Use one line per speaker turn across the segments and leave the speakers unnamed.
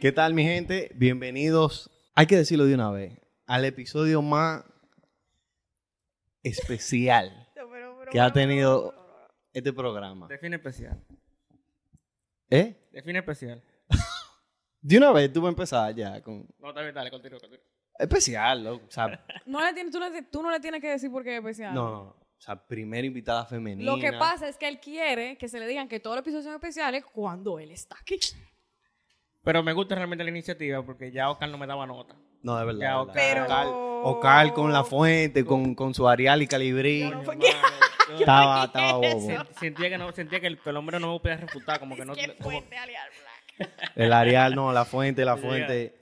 ¿Qué tal, mi gente? Bienvenidos, hay que decirlo de una vez, al episodio más especial que ha tenido este programa.
Define especial.
¿Eh?
Define especial.
De una vez tú vas a empezar ya con...
No, dale, dale, continúa, continúa.
Especial, loco, o sea,
No le tienes, tú, le- tú no le tienes que decir por qué es especial.
no, no, o sea, primera invitada femenina.
Lo que pasa es que él quiere que se le digan que todos los episodios son especiales cuando él está aquí.
Pero me gusta realmente la iniciativa porque ya Oscar no me daba nota.
No, de verdad.
Ya,
de
Ocal.
verdad. Ocal,
Pero-
Ocal con la fuente, con, con su Arial y Calibrín.
Pero no fue-
Madre, yo
Estaba, estaba bobo.
sen- sentía que no sentía que el, que el hombre no me podía refutar como que no como-
El Arial, no, la fuente, la fuente.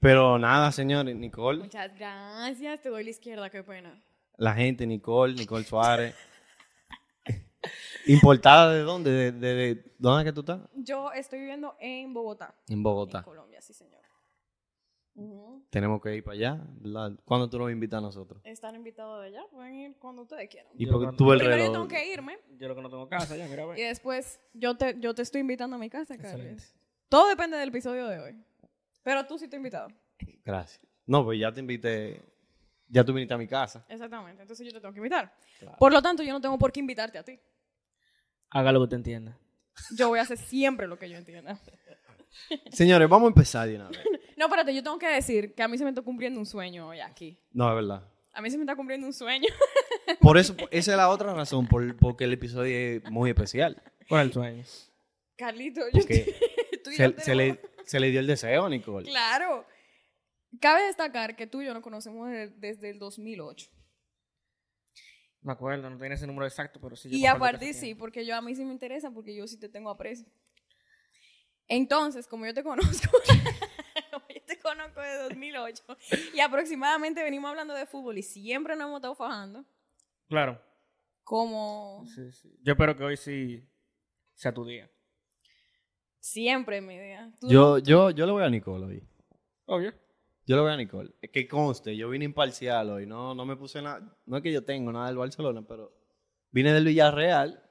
Pero nada, señores, Nicole,
Muchas gracias, te doy la izquierda, qué pena.
la gente, Nicole, Nicole Suárez. ¿Importada de dónde? ¿De, de, de- dónde es que tú estás?
Yo estoy viviendo en Bogotá.
En
En
Bogotá.
Colombia, sí, señor. Ujú.
Tenemos que ir para allá. ¿verdad? ¿Cuándo tú nos invitas a nosotros?
Están invitados de allá, pueden ir cuando ustedes quieran.
Y
Yo
porque
no-
tuve el
Primero yo tengo
reloj.
que irme
yo lo que no tengo casa ya mira
y
ve.
después yo te, yo te estoy invitando a mi casa,
Excelente.
Carlos. Todo depende del episodio de hoy. Pero tú sí te invitado.
Gracias. No, pues ya te invité. Ya tú viniste a mi casa.
Exactamente, entonces yo te tengo que invitar.
Claro.
Por lo tanto, yo no tengo por qué invitarte a ti.
haga lo que te entienda
Yo voy a hacer siempre lo que yo entienda.
Señores, vamos a empezar de una vez.
No, espérate, yo tengo que decir que a mí se me está cumpliendo un sueño hoy aquí.
No, es verdad.
A mí se me está cumpliendo un sueño.
Por eso, esa es la otra razón por, porque el episodio es muy especial.
¿cuál es el sueño?
Carlito, yo
Porque
tú y yo
se, se
tenemos-
le, se le dio el deseo, Nicole.
Claro. Cabe destacar que tú y yo nos conocemos de- desde el 2008.
me acuerdo no tiene ese número exacto pero sí yo
Y
me acuerdo que
aparte sí,
tenía.
porque yo a mí sí me interesa, porque yo sí te tengo aprecio. Entonces, como yo te conozco, como yo te conozco de 2008, y aproximadamente venimos hablando de fútbol y siempre nos hemos estado fajando,
claro
como
sí, sí. yo espero que hoy sí sea tu día
siempre en mi vida. Tú-
Yo, yo, yo le voy a Nicole hoy.
obvio
Yo le voy a Nicole. Es Que conste, yo vine imparcial hoy. No, no me puse nada. No es que yo tengo nada del Barcelona, pero vine del Villarreal.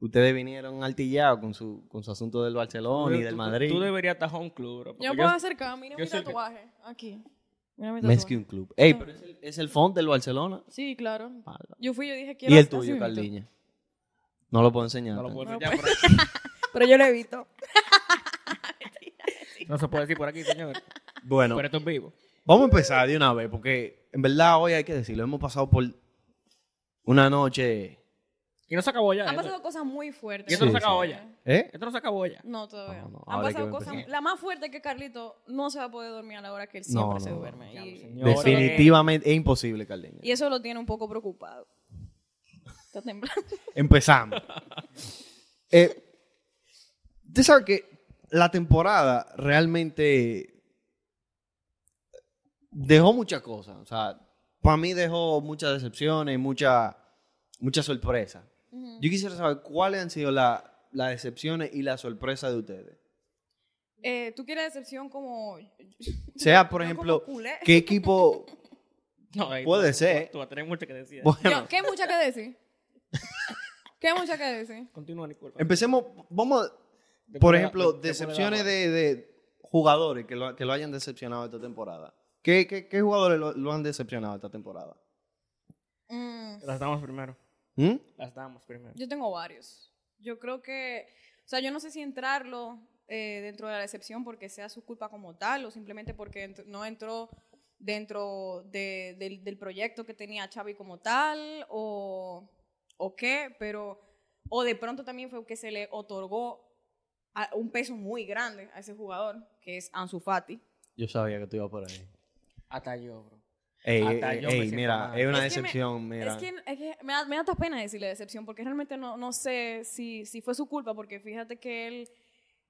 Ustedes vinieron altillados con su, con su asunto del Barcelona y
Tú-
del
tú-
Madrid.
tú deberías estar home club bro, porque
Yo me puedo acercar, mira
yo
mi
soy el que-
tatuaje. Aquí. Mira mi
Más
tatuaje.
que un club. Ey, pero es el, es el font del Barcelona.
Sí, claro.
Mala.
Yo fui, yo dije, quiero
Y el
así
tuyo,
mismo.
Carliña. No lo puedo enseñar.
no lo
tan-
puedo
No
enseñar por
Pero yo lo evito.
aquí. no se puede decir por aquí señor
Bueno,
pero esto es vivo
Vamos a empezar de una vez, porque en verdad hoy hay que decirlo, hemos pasado por una noche.
y no se acabó ya
Han
esto-
pasado cosas muy fuertes.
y esto no se
Sí,
acabó ya
¿Eh?
esto no se acabó ya
No, todavía.
No, no,
Han
ahora hay que
pasado
empezar.
cosas. La más fuerte es que Carlito no se va a poder dormir a la hora que él
No,
siempre
no,
se
no.
duerme.
Ya,
Y,
señor.
Definitivamente es imposible, Cardeña.
y eso lo tiene un poco preocupado. Está temblando.
Empezamos. Eh, Usted sabe que la temporada realmente dejó muchas cosas. O sea, para mí dejó muchas decepciones, mucha, mucha sorpresa.
Ujú.
Yo quisiera saber cuáles han sido la- las decepciones y las sorpresas de ustedes.
Eh, ¿Tú quieres decepción como...
Sea, por
no
ejemplo,
como culé?
¿Qué equipo?
No, ahí
Puede
tú- tú-
ser.
tú vas a tener mucho que decir
Yo,
Bueno,
¿Qué hay mucha que decir? ¿Qué hay mucha que decir?
Continúa, Nicole.
empecemos. Vamos,
Después
por
de Pues, la-
ejemplo,
después de la
decepciones
hora.
de, de jugadores que lo, que lo hayan decepcionado esta temporada. ¿Qué, qué, qué jugadores lo, lo han decepcionado esta temporada?
Mm,
Las damos primero.
¿Mm?
Las damos primero.
yo tengo varios. Yo creo que... O sea, yo no sé si entrarlo eh, dentro de la decepción porque sea su culpa como tal o simplemente porque ent- no entró dentro de- del, del proyecto que tenía Xavi como tal o, o qué, pero... O de pronto también fue que se le otorgó a- un peso muy grande a ese jugador, que es Ansu Fati.
Yo sabía que tú ibas por ahí.
Hasta yo, bro.
Ey,
Hasta
ey,
yo me
ey,
siento
mira,
mal.
es una
Es que me-
decepción, mira.
Es que, es que me, da, me da hasta pena decirle decepción, porque realmente no, no sé si, si fue su culpa, porque fíjate que él,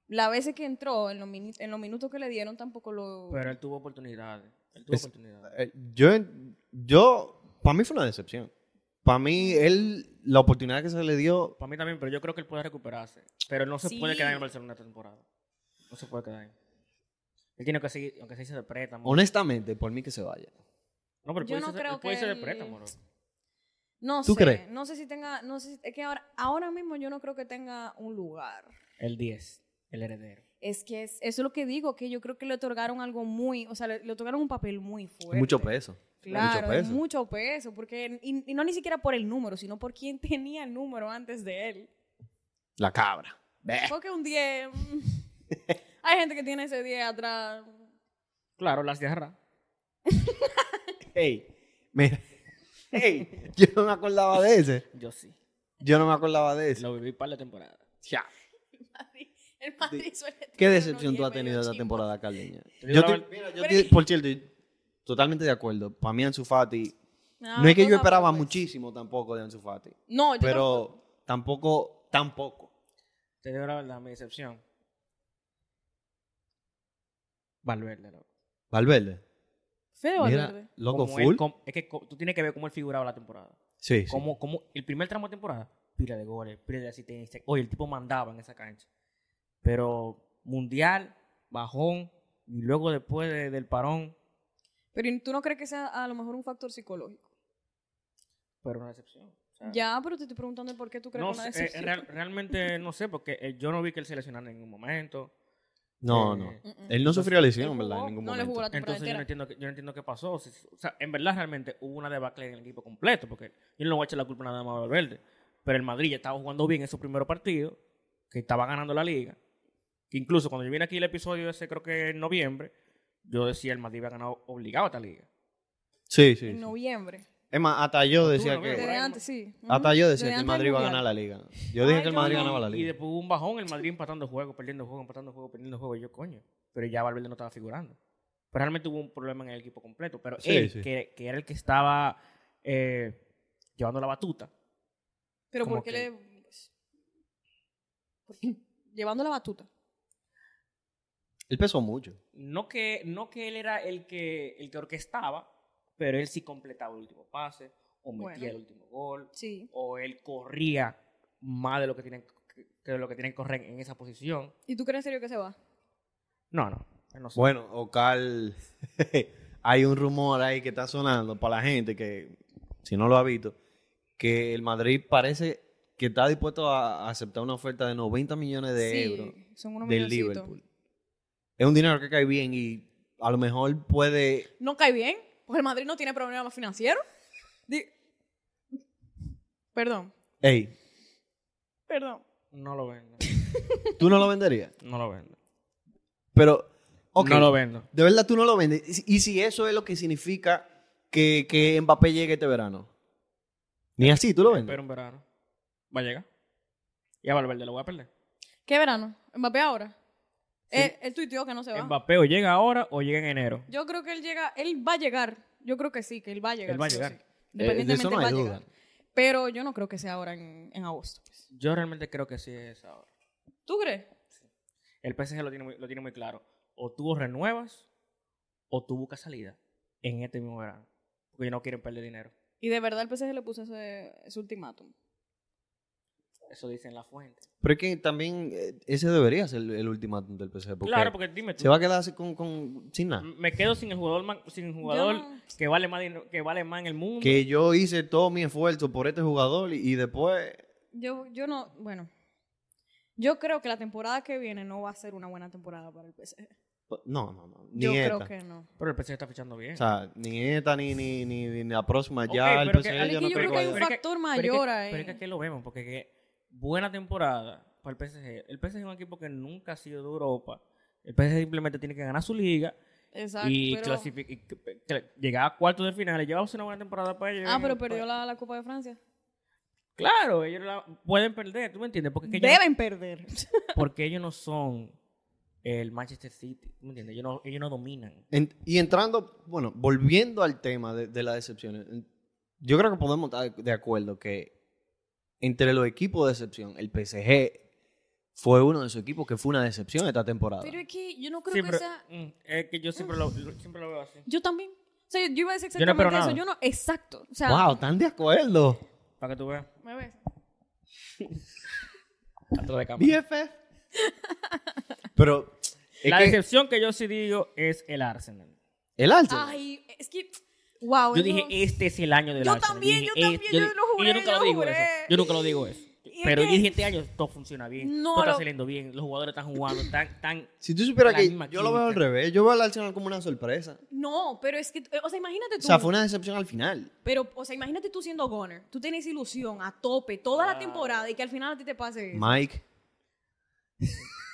la veces que entró, en los, mini- en los minutos que le dieron, tampoco lo...
Pero él tuvo oportunidades. Él tuvo
Es-
oportunidades.
Eh, Yo, yo para mí fue una decepción. Para mí, él, la oportunidad que se le dio,
Para mí también, pero yo creo que él puede recuperarse. Pero él no se
Sí.
puede quedar en el Barcelona esta temporada. No se puede quedar ahí. Él tiene que seguir, aunque se hice de préstamo.
honestamente, por mí que se vaya.
No, pero él
Yo
puede
no
irse-
creo
él puede
que
irse de
él-
préstamo, bro.
no
¿tú
sé,
crees?
no sé si tenga, no sé, si- es que ahora, ahora mismo yo no creo que tenga un lugar.
El 10. El heredero.
Es que es, eso es lo que digo, que yo creo que le otorgaron algo muy, o sea, le, le otorgaron un papel muy fuerte.
Mucho peso.
Claro,
mucho peso.
mucho peso, porque, y, y no ni siquiera por el número, sino por quién tenía el número antes de él.
La cabra. Beh.
Porque un 10, mm, hay gente que tiene ese 10 atrás.
Claro, las guerras.
Hey, mira. Hey, yo no me acordaba de ese.
Yo sí.
Yo no me acordaba de ese.
Lo viví para la temporada.
Ya.
Madrid- El Madrid suele
¿Qué
tener
decepción
unos
tú has
10 medio
tenido esta
chimbo.
temporada, Carliña?
Te
Yo
digo la
te-
ver-
mira, yo
Pero
te-
es que-
por cierto, yo- totalmente de acuerdo. Para mí, Ansu Fati.
Ah,
No es que yo
tampoco,
esperaba
pues.
muchísimo tampoco de Ansu Fati.
No, yo
Pero tampoco, tampoco.
Te digo la verdad, mi decepción. Valverde, loco.
Valverde.
Fede
Mira,
Valverde.
loco
Como él,
full.
com- es que co- tú tienes que ver cómo él figuraba la temporada.
Sí, sí.
Como, como el primer tramo de temporada, pila de goles, pila de asistencia. Oye, el tipo mandaba en esa cancha. Pero mundial, bajón, y luego después de- del parón,
Pero tú no crees que sea a lo mejor un factor psicológico.
pero una decepción. O sea,
Ya, pero te estoy preguntando por qué tú crees
Ah. no
que una
sé, eh,
decepción.
real- realmente no sé, porque eh, yo no vi que él se lesionara en ningún momento.
No,
Eh,
no.
Mm-mm.
Él no sufrió lesión,
Mm, Él
¿verdad? En
jugó-
ningún
no le jugó
momento.
la temporada
Entonces yo
entera.
no, entiendo, que- yo no entiendo qué pasó. O sea, o sea, en verdad realmente hubo una debacle en el equipo completo, porque yo no voy a echar la culpa nada más a Valverde. Pero el Madrid ya estaba jugando bien en su primer partido, que estaba ganando la liga. Que incluso cuando yo vine aquí el episodio ese, creo que en noviembre, yo decía el Madrid había ganado obligado a esta liga.
Sí, sí.
En
sí.
noviembre.
Es más, hasta yo decía
no ves.
que...
Desde
ahí-
antes, sí. Ujú.
Hasta yo
Desde
decía que el
antes del
Madrid iba a ganar
Mundial.
la liga. Yo dije
Ay,
que el
yo
Madrid
no.
ganaba la
Y
liga.
después hubo un bajón, el Madrid empatando juegos, perdiendo juegos, empatando juegos, perdiendo juegos. Y yo, coño. Pero ya Valverde no estaba figurando. Pero realmente hubo un problema en el equipo completo. Pero
Sí,
él,
sí.
Que, que era el que estaba eh, llevando la batuta,
Pero
como
¿por qué
que-
le...? pues, ¿Por qué? Llevando la batuta.
Él pesó mucho.
no que, no que él era el que, el que orquestaba, pero él sí completaba el último pase, o metía
Bueno.
el último gol,
Sí.
o él corría más de lo que tienen que, de lo que, tienen que correr en esa posición.
¿Y tú crees en serio que se va?
No, no. él no se-
Bueno, Ocal, hay un rumor ahí que está sonando para la gente que, si no lo ha visto, que el Madrid parece que está dispuesto a aceptar una oferta de 90 millones de
sí,
euros
son unos
del
milloncitos.
Liverpool. Es un dinero que cae bien y a lo mejor puede...
No cae bien, porque el Madrid no tiene problemas financieros. Di- Perdón,
Ey,
perdón.
No lo vendo.
tú no lo venderías,
No lo vendo.
pero... ok,
No lo vendo.
De verdad tú no lo vendes. Y si- Y si eso es lo que significa que, que Mbappé llegue este verano. Ni así tú lo vendes.
Pero en verano. Va a llegar. Y a Valverde lo voy a perder.
¿Qué verano? ¿Mbappé ahora? Eh,
Sí.
Él, él tuiteó que no se va.
Mbappé o llega ahora o llega en enero.
Yo creo que él llega, él va a llegar. Yo creo que sí, que él va a llegar.
Él va a
sí o
llegar.
sí.
Eh, de
Independientemente
eso no
él va
hay
a
duda.
llegar. Pero yo no creo que sea ahora en, en agosto. pues.
Yo realmente creo que sí es ahora.
¿Tú crees?
El PSG lo tiene muy, lo tiene muy claro. O tú renuevas o tú buscas salida en este mismo verano. Porque no quieren perder dinero.
Y de verdad el PSG le puso ese, ese ultimátum.
Eso dicen la fuente.
Pero es que también eh, ese debería ser el, el ultimátum del PSG. Porque
Claro, porque dime tú.
se va a quedar así con, con- sin
Mm.
nada.
Me quedo sin el jugador, man- sin el jugador
no-
que, vale más, dinero- que vale más en el mundo.
Que yo hice todo mi esfuerzo por este jugador y, y después...
Yo, yo no, bueno. Yo creo que la temporada que viene no va a ser una buena temporada para el PSG.
pues, No, no, no. Ni
Yo
esta.
creo que no.
Pero el PSG está fichando bien.
O sea, ni esta ni, ni, ni, ni la próxima. Ya
Ok,
el
pero
PSG
que-
yo
Ale,
no
que yo
creo
creo que hay
que vaya.
un
Pero es que-
factor
Pero es que-
mayor ahí.
Pero es que aquí lo vemos, porque que buena temporada para el PSG. El PSG es un equipo que nunca ha sido de Europa. El PSG simplemente tiene que ganar su liga
Exacto.
y,
pero-
clasifi- y cl- cl- llegar a cuartos de final. Llevamos una buena temporada para ellos. pues,
ah, pero perdió la, la Copa de Francia.
Claro, ellos la pueden perder, ¿tú me entiendes? Porque, es que ellos,
Deben perder.
porque ellos no son el Manchester City, ¿tú me entiendes? Ellos no, ellos no dominan.
En- y entrando, bueno, volviendo al tema de, de las decepciones, en- yo creo que podemos estar de acuerdo que entre los equipos de decepción, el PSG fue uno de esos equipos que fue una decepción esta temporada.
Pero es que yo no creo
Siempre-
que sea.
mm, es que yo siempre lo, lo- siempre lo veo así.
Yo también. O sea, yo iba a decir
Yo no
exactamente
espero
eso.
nada.
Yo no, exacto. O sea,
¡Wow! ¿Están de acuerdo?
Para que tú veas.
¿me ves?
Atrás de cámara.
BFF. Pero es
La
que
decepción que yo sí digo es el Arsenal.
el Arsenal.
Ay, es que. Wow. no.
Yo dije, este es el año del
Ah, Yo
Arsenal.
también,
dije,
yo también,
"Este-".
yo lo
y
juré,
nunca
yo
lo digo
juré.
eso. Yo nunca lo digo eso.
Y y es
Pero
que-
17 años todo funciona bien.
No,
todo está
lo-
saliendo bien. Los jugadores están jugando, están, tan
Si tú supieras
La
que
misma
yo lo veo al
química.
revés, yo veo al Arsenal como una sorpresa.
No, pero es que, eh, o sea, imagínate
O
tú.
sea, fue una decepción al final.
Pero, o sea, imagínate tú siendo goner. Tú tienes ilusión a tope toda la temporada y que al final a ti te pase eso.
Mike.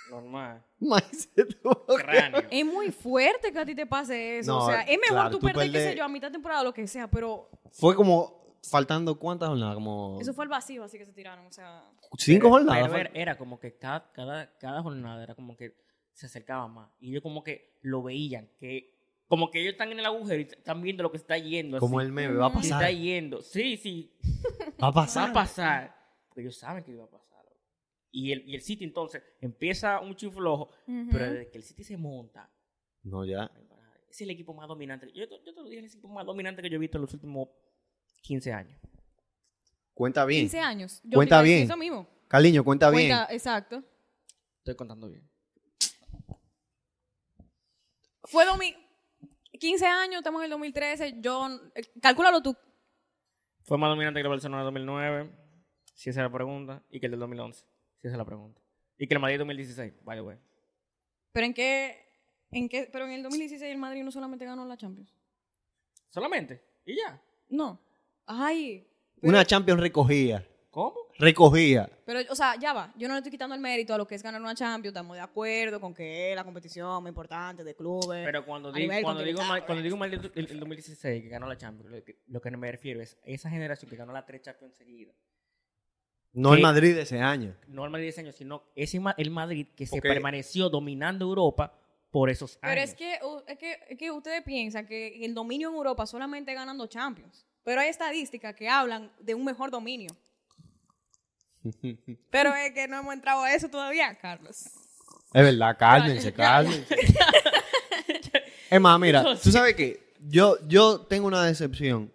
normal.
Mike se tuvo que-
Cráneo.
Es muy fuerte que a ti te pase eso.
No,
o sea, es mejor
claro,
tú
tú
perder, qué
perder-
sé yo, a mitad de temporada, lo que sea, pero
Fue como faltando cuántas jornadas, como
eso fue el vacío, así que se tiraron. O sea,
cinco
Pero-
jornadas.
Pero
fue-
era, era como que cada, cada, cada jornada era como que se acercaba más. Y ellos como que lo veían. que Como que ellos están en el agujero y están viendo lo que se está yendo.
como
así.
el meme, va a
Mm.
Y está
pasar.
yendo. Sí, sí.
Va a
Va a
pasar.
pasar. Porque ellos saben que iba a pasar. Y el, y el City entonces empieza un chiflojo.
ujú.
Pero
eh,
desde que el City se monta,
No, ya.
es el equipo más dominante. Yo, te- yo te lo dije, es el equipo más dominante que yo he visto en los últimos 15 años.
Cuenta bien.
15 años. Yo
Cuenta
te iba a decir
bien.
Eso mismo.
Caliño, cuenta bien.
Cuenta, exacto.
Estoy contando bien.
Fue domi- 15 años, estamos en el 2013. Yo, eh, calcúlalo tú.
¿Fue más dominante que el Barcelona del 2009? Si esa es la pregunta. Y que el del 2011. Si esa es la pregunta. Y que el Madrid del 2016. By the way.
Pero en qué, en qué, pero en el 2016 el Madrid no solamente ganó la Champions.
Solamente. Y ya.
No. Ay. pero-
Una Champions recogía.
¿Cómo?
Recogía.
Pero, o sea, ya va. Yo no le estoy quitando el mérito a lo que es ganar una Champions. Estamos de acuerdo con que es la competición más importante de clubes.
Pero cuando
a
digo,
nivel
cuando digo,
continental, pues.
ma- cuando digo Madrid del del 2016 que ganó la Champions, lo que, lo que me refiero es a esa generación que ganó la tres Champions seguidas.
No
¿Qué?
el Madrid de ese año.
No el Madrid de ese año, sino ese ma- el Madrid que se
Ok.
permaneció dominando Europa por esos años.
Pero es que, u- es, que, es que ustedes piensan que el dominio en Europa solamente ganando Champions. Pero hay estadísticas que hablan de un mejor dominio. Pero es que no hemos entrado a eso todavía, Carlos.
Es verdad, cálmense, cálmense. es más, mira, tú sabes que yo, yo tengo una decepción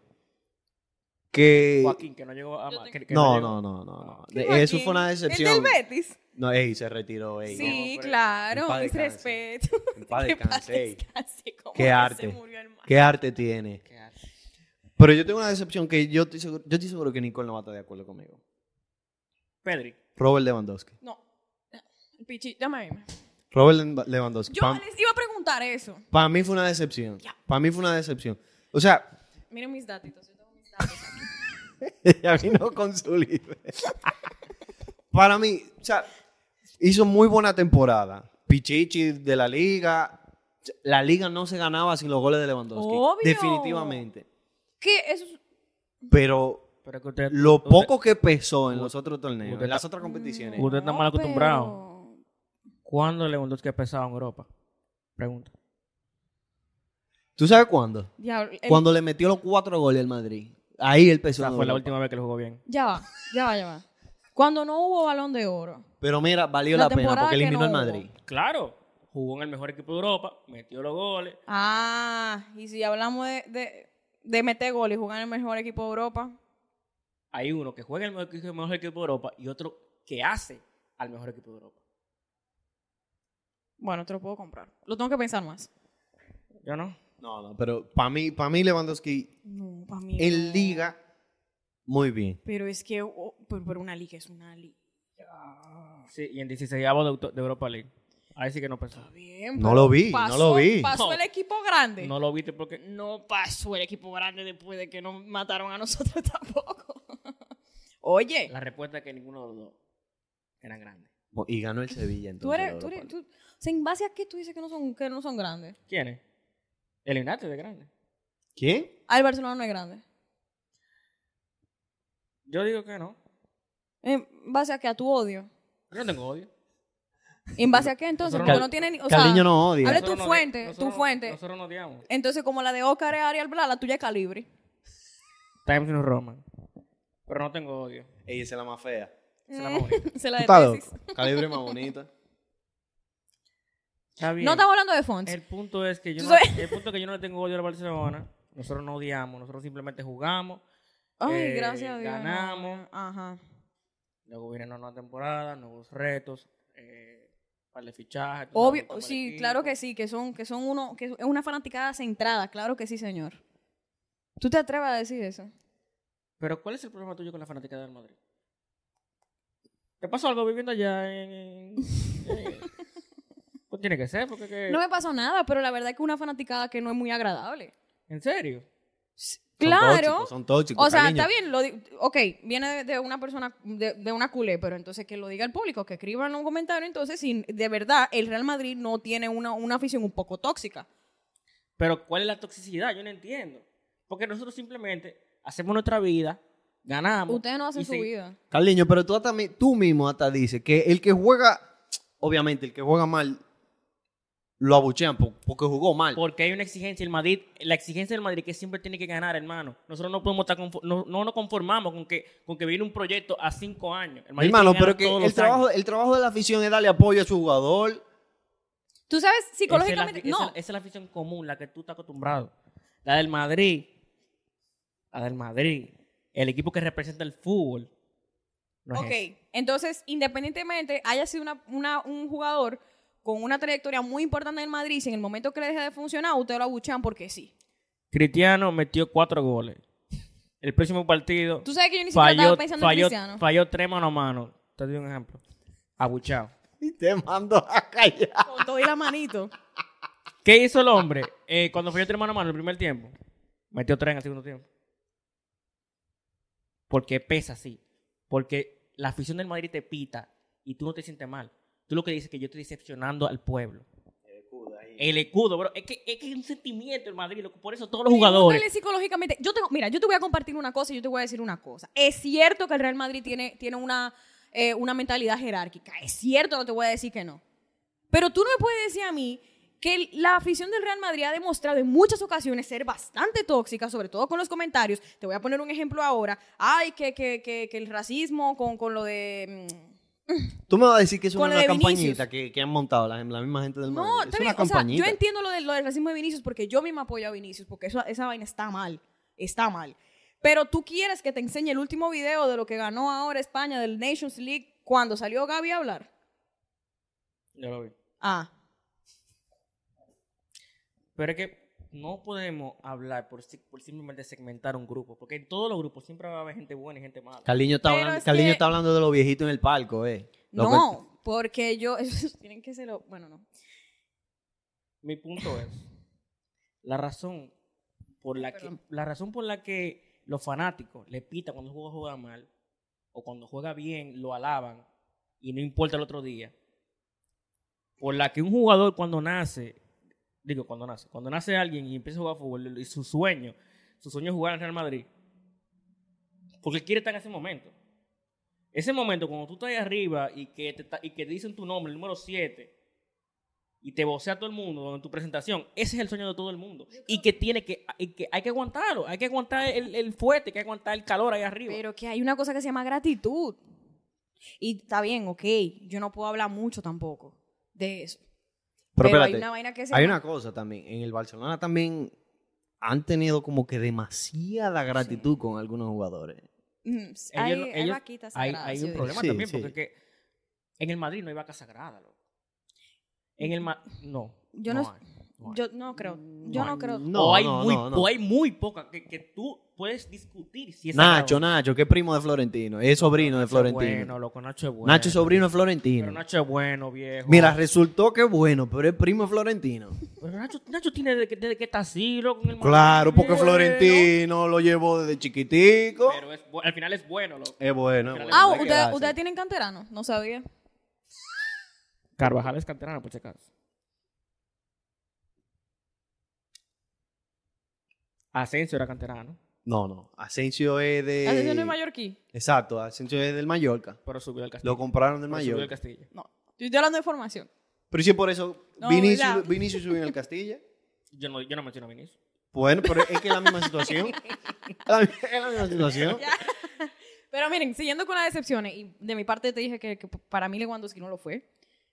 que...
Joaquín, que Eh, no llegó a... que- que
No,
llegó.
no, no, no, no.
¿Qué,
De- Eso
Joaquín?
fue una
¿El
decepción.
del Betis?
No, ey, se retiró, ey.
sí,
no, pero-
En
claro.
paz
Mis
descanse.
respetos.
En paz
Que en paz
descanse, ey.
descanse, como
Qué
que se
arte.
murió el man.
¿Qué arte tiene?
Qué asco.
Pero yo tengo una decepción que yo estoy seguro, yo estoy seguro que Nicole no va a estar de acuerdo conmigo.
Pedri.
Robert Lewandowski.
No. El pichi, dame a mí.
Robert Lewa- Lewandowski.
Yo
Para
les iba a preguntar eso.
mí fue una decepción.
Ya.
Para mí fue una decepción. O sea,
Miren mis datitos. Yo tengo mis datos.
ella vino con su libre. Para mí, o sea, hizo muy buena temporada. Pichichi de la liga. La liga no se ganaba sin los goles de Lewandowski.
Obvio.
Definitivamente.
¿Qué? Eso es-
Pero
Pero que usted,
lo
usted-
poco que pesó en los otros torneos,
usted
en las
está-
otras competiciones.
Usted está
No,
mal acostumbrado.
pero-
¿Cuándo Lewandowski ha pesado en Europa? Pregunta.
¿Tú sabes cuándo?
Diablo, el-
Cuando le metió los cuatro goles al Madrid. Ahí él pesó.
Esa
en
fue la
Europa.
última vez que lo jugó bien.
Ya va, ya va, ya va. Cuando no hubo balón de oro.
Pero mira, valió
La
la, pena
temporada
porque
que
eliminó
no
al
hubo.
Madrid.
Claro, jugó en el mejor equipo de Europa, metió los goles.
Ah, y si hablamos de, de, de meter gol y jugar en el mejor equipo de Europa.
Hay uno que juega en el mejor, equipo- el mejor equipo de Europa y otro que hace al mejor equipo de Europa.
Bueno, te lo puedo comprar. Lo tengo que pensar más.
Yo no.
No, no, pero para mí, para mí Lewandowski
No, para mí.
en
no.
liga muy bien.
Pero es que oh, pero, pero una liga es una liga.
Sí, y en 16 de, Auto- de Europa League. Ahí sí que no pesó.
Está bien.
No
pero
lo vi, no
pasó-
lo vi.
Pasó
No.
el equipo grande.
No lo viste porque.
no pasó el equipo grande después de que nos mataron a nosotros tampoco. Oye,
La respuesta es que ninguno de los dos eran grandes.
Y ganó el Sevilla entonces.
tú eres,
la
tú eres,
Europa
tú, o sea, en base a qué tú dices que no son, que no son grandes.
¿Quiénes? El United es grande.
League. ¿Quién?
Ah, el Barcelona no es grande.
Yo digo que no.
En base a qué, a tu odio.
Yo no tengo odio.
¿En base a qué entonces?
Nosotros
Porque
no-
no tiene ni. O sea,
Caliño no odia.
hable- Es tu
Nosotros no-
fuente, tu
nosotros no-
fuente.
Nosotros no odiamos.
Entonces, como la de Oscar es Ariel Blas, la tuya es Calibre.
Times New Roman. Pero no tengo odio.
Ella es la más fea.
Se la vamos a ver.
Se la
¿Tú
de
estás
tesis.
loco? Calibre más bonita.
Está bien.
No estamos hablando de Fonts.
El punto es que yo
¿Tú
no,
sabes?
el punto es que yo no le tengo odio al Barcelona. Nosotros no odiamos, nosotros simplemente jugamos.
Ay,
eh,
gracias a Dios. no.
ganamos.
Ajá.
Luego viene una nueva temporada, nuevos retos, eh, par de fichajes.
Obvio, sí, claro que sí, que son, que son uno, que es una fanaticada centrada, claro que sí, señor. ¿Tú te atreves a decir eso?
Pero ¿cuál es el problema tuyo con la fanática del Madrid? ¿Te pasó algo viviendo allá en- en- en- pues tiene que ser, porque... que-
No me pasó nada, pero la verdad es que una fanaticada que no es muy agradable.
¿En serio?
Claro.
tóxicos, son tóxicos,
O sea,
cariño.
está bien, lo di- ok, viene de, de una persona, de, de una culé, pero entonces que lo diga el público, que escriban un comentario, entonces si de verdad el Real Madrid no tiene una, una afición un poco tóxica.
Pero ¿cuál es la toxicidad? Yo no entiendo. Porque nosotros simplemente hacemos nuestra vida, ganamos.
Ustedes no hacen
y
su
segui-
vida.
Carliño, pero tú, hasta mi- tú mismo hasta dices que el que juega, obviamente, el que juega mal, lo abuchean po- porque jugó mal.
Porque hay una exigencia, el Madrid, la exigencia del Madrid que siempre tiene que ganar, hermano. Nosotros no podemos estar confo- no, no nos conformamos con que, con que viene un proyecto a cinco años. El
Mi
Madrid
hermano,
tiene
pero
ganar
que
todos
el
los
trabajo,
años.
el trabajo de la afición es darle apoyo a su jugador.
Tú sabes,
Esa es la-
psicológicamente,
esa-
no,
Esa es la afición común, la que tú estás acostumbrado. La del Madrid. La del Madrid. El equipo que representa el fútbol. No es
ok,
ese.
entonces independientemente haya sido una, una- un jugador con una trayectoria muy importante en el Madrid, si en el momento que le deja de funcionar, ustedes lo abuchean porque sí.
Cristiano metió cuatro goles. El próximo partido
Tú sabes que yo ni siquiera
falló,
estaba pensando
falló,
en Cristiano.
falló tres mano a mano. Te doy un ejemplo. Abuchado.
Y te mando a callar.
Con todo y la manito.
¿Qué hizo el hombre eh, cuando falló tres mano a mano en el primer tiempo? Metió tres en el segundo tiempo. Porque pesa así. Porque la afición del Madrid te pita y tú no te sientes mal. Tú lo que dices es que yo estoy decepcionando al pueblo. El escudo, bro. Es que es, que es un sentimiento el Madrid. loco. Por eso todos los jugadores.
Pregúntale psicológicamente. Yo tengo, mira, yo te voy a compartir una cosa y yo te voy a decir una cosa. Es cierto que el Real Madrid tiene, tiene una, eh, una mentalidad jerárquica. Es cierto, no te voy a decir que no. Pero tú no me puedes decir a mí que el- la afición del Real Madrid ha demostrado en muchas ocasiones ser bastante tóxica, sobre todo con los comentarios. Te voy a poner un ejemplo ahora. Ay, que, que, que, que el racismo con, con lo de... mm,
Tú me vas a decir que eso no
Con
es una
lo de
campañita que, que han montado la, la misma gente del mundo.
No,
es
está
una
bien, o sea,
campañita.
yo entiendo lo, de, lo del racismo de Vinicius porque yo misma apoyo a Vinicius, porque eso- esa vaina está mal, está mal. Pero tú quieres que te enseñe el último video de lo que ganó ahora España del Nations League cuando salió Gaby a hablar.
Yo lo vi.
Ah,
Pero es que no podemos hablar por, si- por simplemente segmentar un grupo, porque en todos los grupos siempre va a haber gente buena y gente mala.
Carliño está,
Pero
hablando,
es
Carliño
que-
está hablando de los viejitos en el palco, eh. Lo que-
no, porque yo, tienen que ser, lo- bueno, no.
Mi punto es la razón por la que
Perdón.
la razón por la que los fanáticos le pitan cuando un jugador juega mal o cuando juega bien lo alaban y no importa el otro día. Por la que un jugador cuando nace, digo cuando nace, cuando nace alguien y empieza a jugar fútbol y su sueño, su sueño es jugar en Real Madrid. Porque quiere estar en ese momento. Ese momento cuando tú estás ahí arriba y que te, ta- y que te dicen tu nombre, el número 7, y te vocea todo el mundo en tu presentación, ese es el sueño de todo el mundo. Y que tiene que, y que hay que aguantarlo, hay que aguantar el, el fuerte, hay que aguantar el calor ahí arriba.
Pero que hay una cosa que se llama gratitud. Y está bien, ok, yo no puedo hablar mucho tampoco de eso.
Pero,
Pero hay
espérate,
una vaina que se
hay
llama-
una cosa también. En el Barcelona también han tenido como que demasiada gratitud con algunos jugadores.
Mm, hay,
Ellos no-
hay
ellos-
vaquitas
hay,
sagradas,
hay
yo
un
digo.
problema
Sí,
también,
sí.
porque es que en el Madrid no hay vaca sagrada, loco. En el Ma- no.
Mm. Yo no-
hay, no hay.
Yo no creo, yo no creo.
No,
o hay
no,
muy, pues
no, no.
o hay muy poca que, que tú puedes discutir si es
Nacho,
sagrado.
Nacho, que es primo de Florentino. Es sobrino de
Nacho
Florentino.
es Bueno, loco, Nacho es bueno.
Nacho es sobrino de Florentino.
Pero Nacho es bueno, viejo.
Mira, resultó que es bueno, pero es primo de Florentino.
Pero Nacho, Nacho tiene desde que, desde que está así, loco. en el Madrid,
Claro, porque
viejo.
Florentino lo llevó desde chiquitico.
Pero es bu- al final es bueno, loco.
Es bueno, es bueno.
Ah,
hay que
¿ustedes
darse.
ustedes tienen canteranos? No sabía.
Carvajal es canterano, por si acaso. Asensio era canterano,
No, no. Asensio es
Eh.
de...
¿Asensio no es mallorquí?
Exacto, Asensio es del Mallorca.
pero subió al castillo.
Lo compraron del
Pero subió al
Mallorca.
castillo.
No. Yo estoy hablando de formación.
Pero si es por eso,
No, ¿verdad?
Vinicius, Vinicius subió en el Castilla.
Yo no, yo no menciono a Vinicius.
Bueno, pero es que es la misma situación. La- es la misma situación.
Pero miren, siguiendo con las decepciones, y de mi parte te dije que, que para mí Lewandowski no lo fue,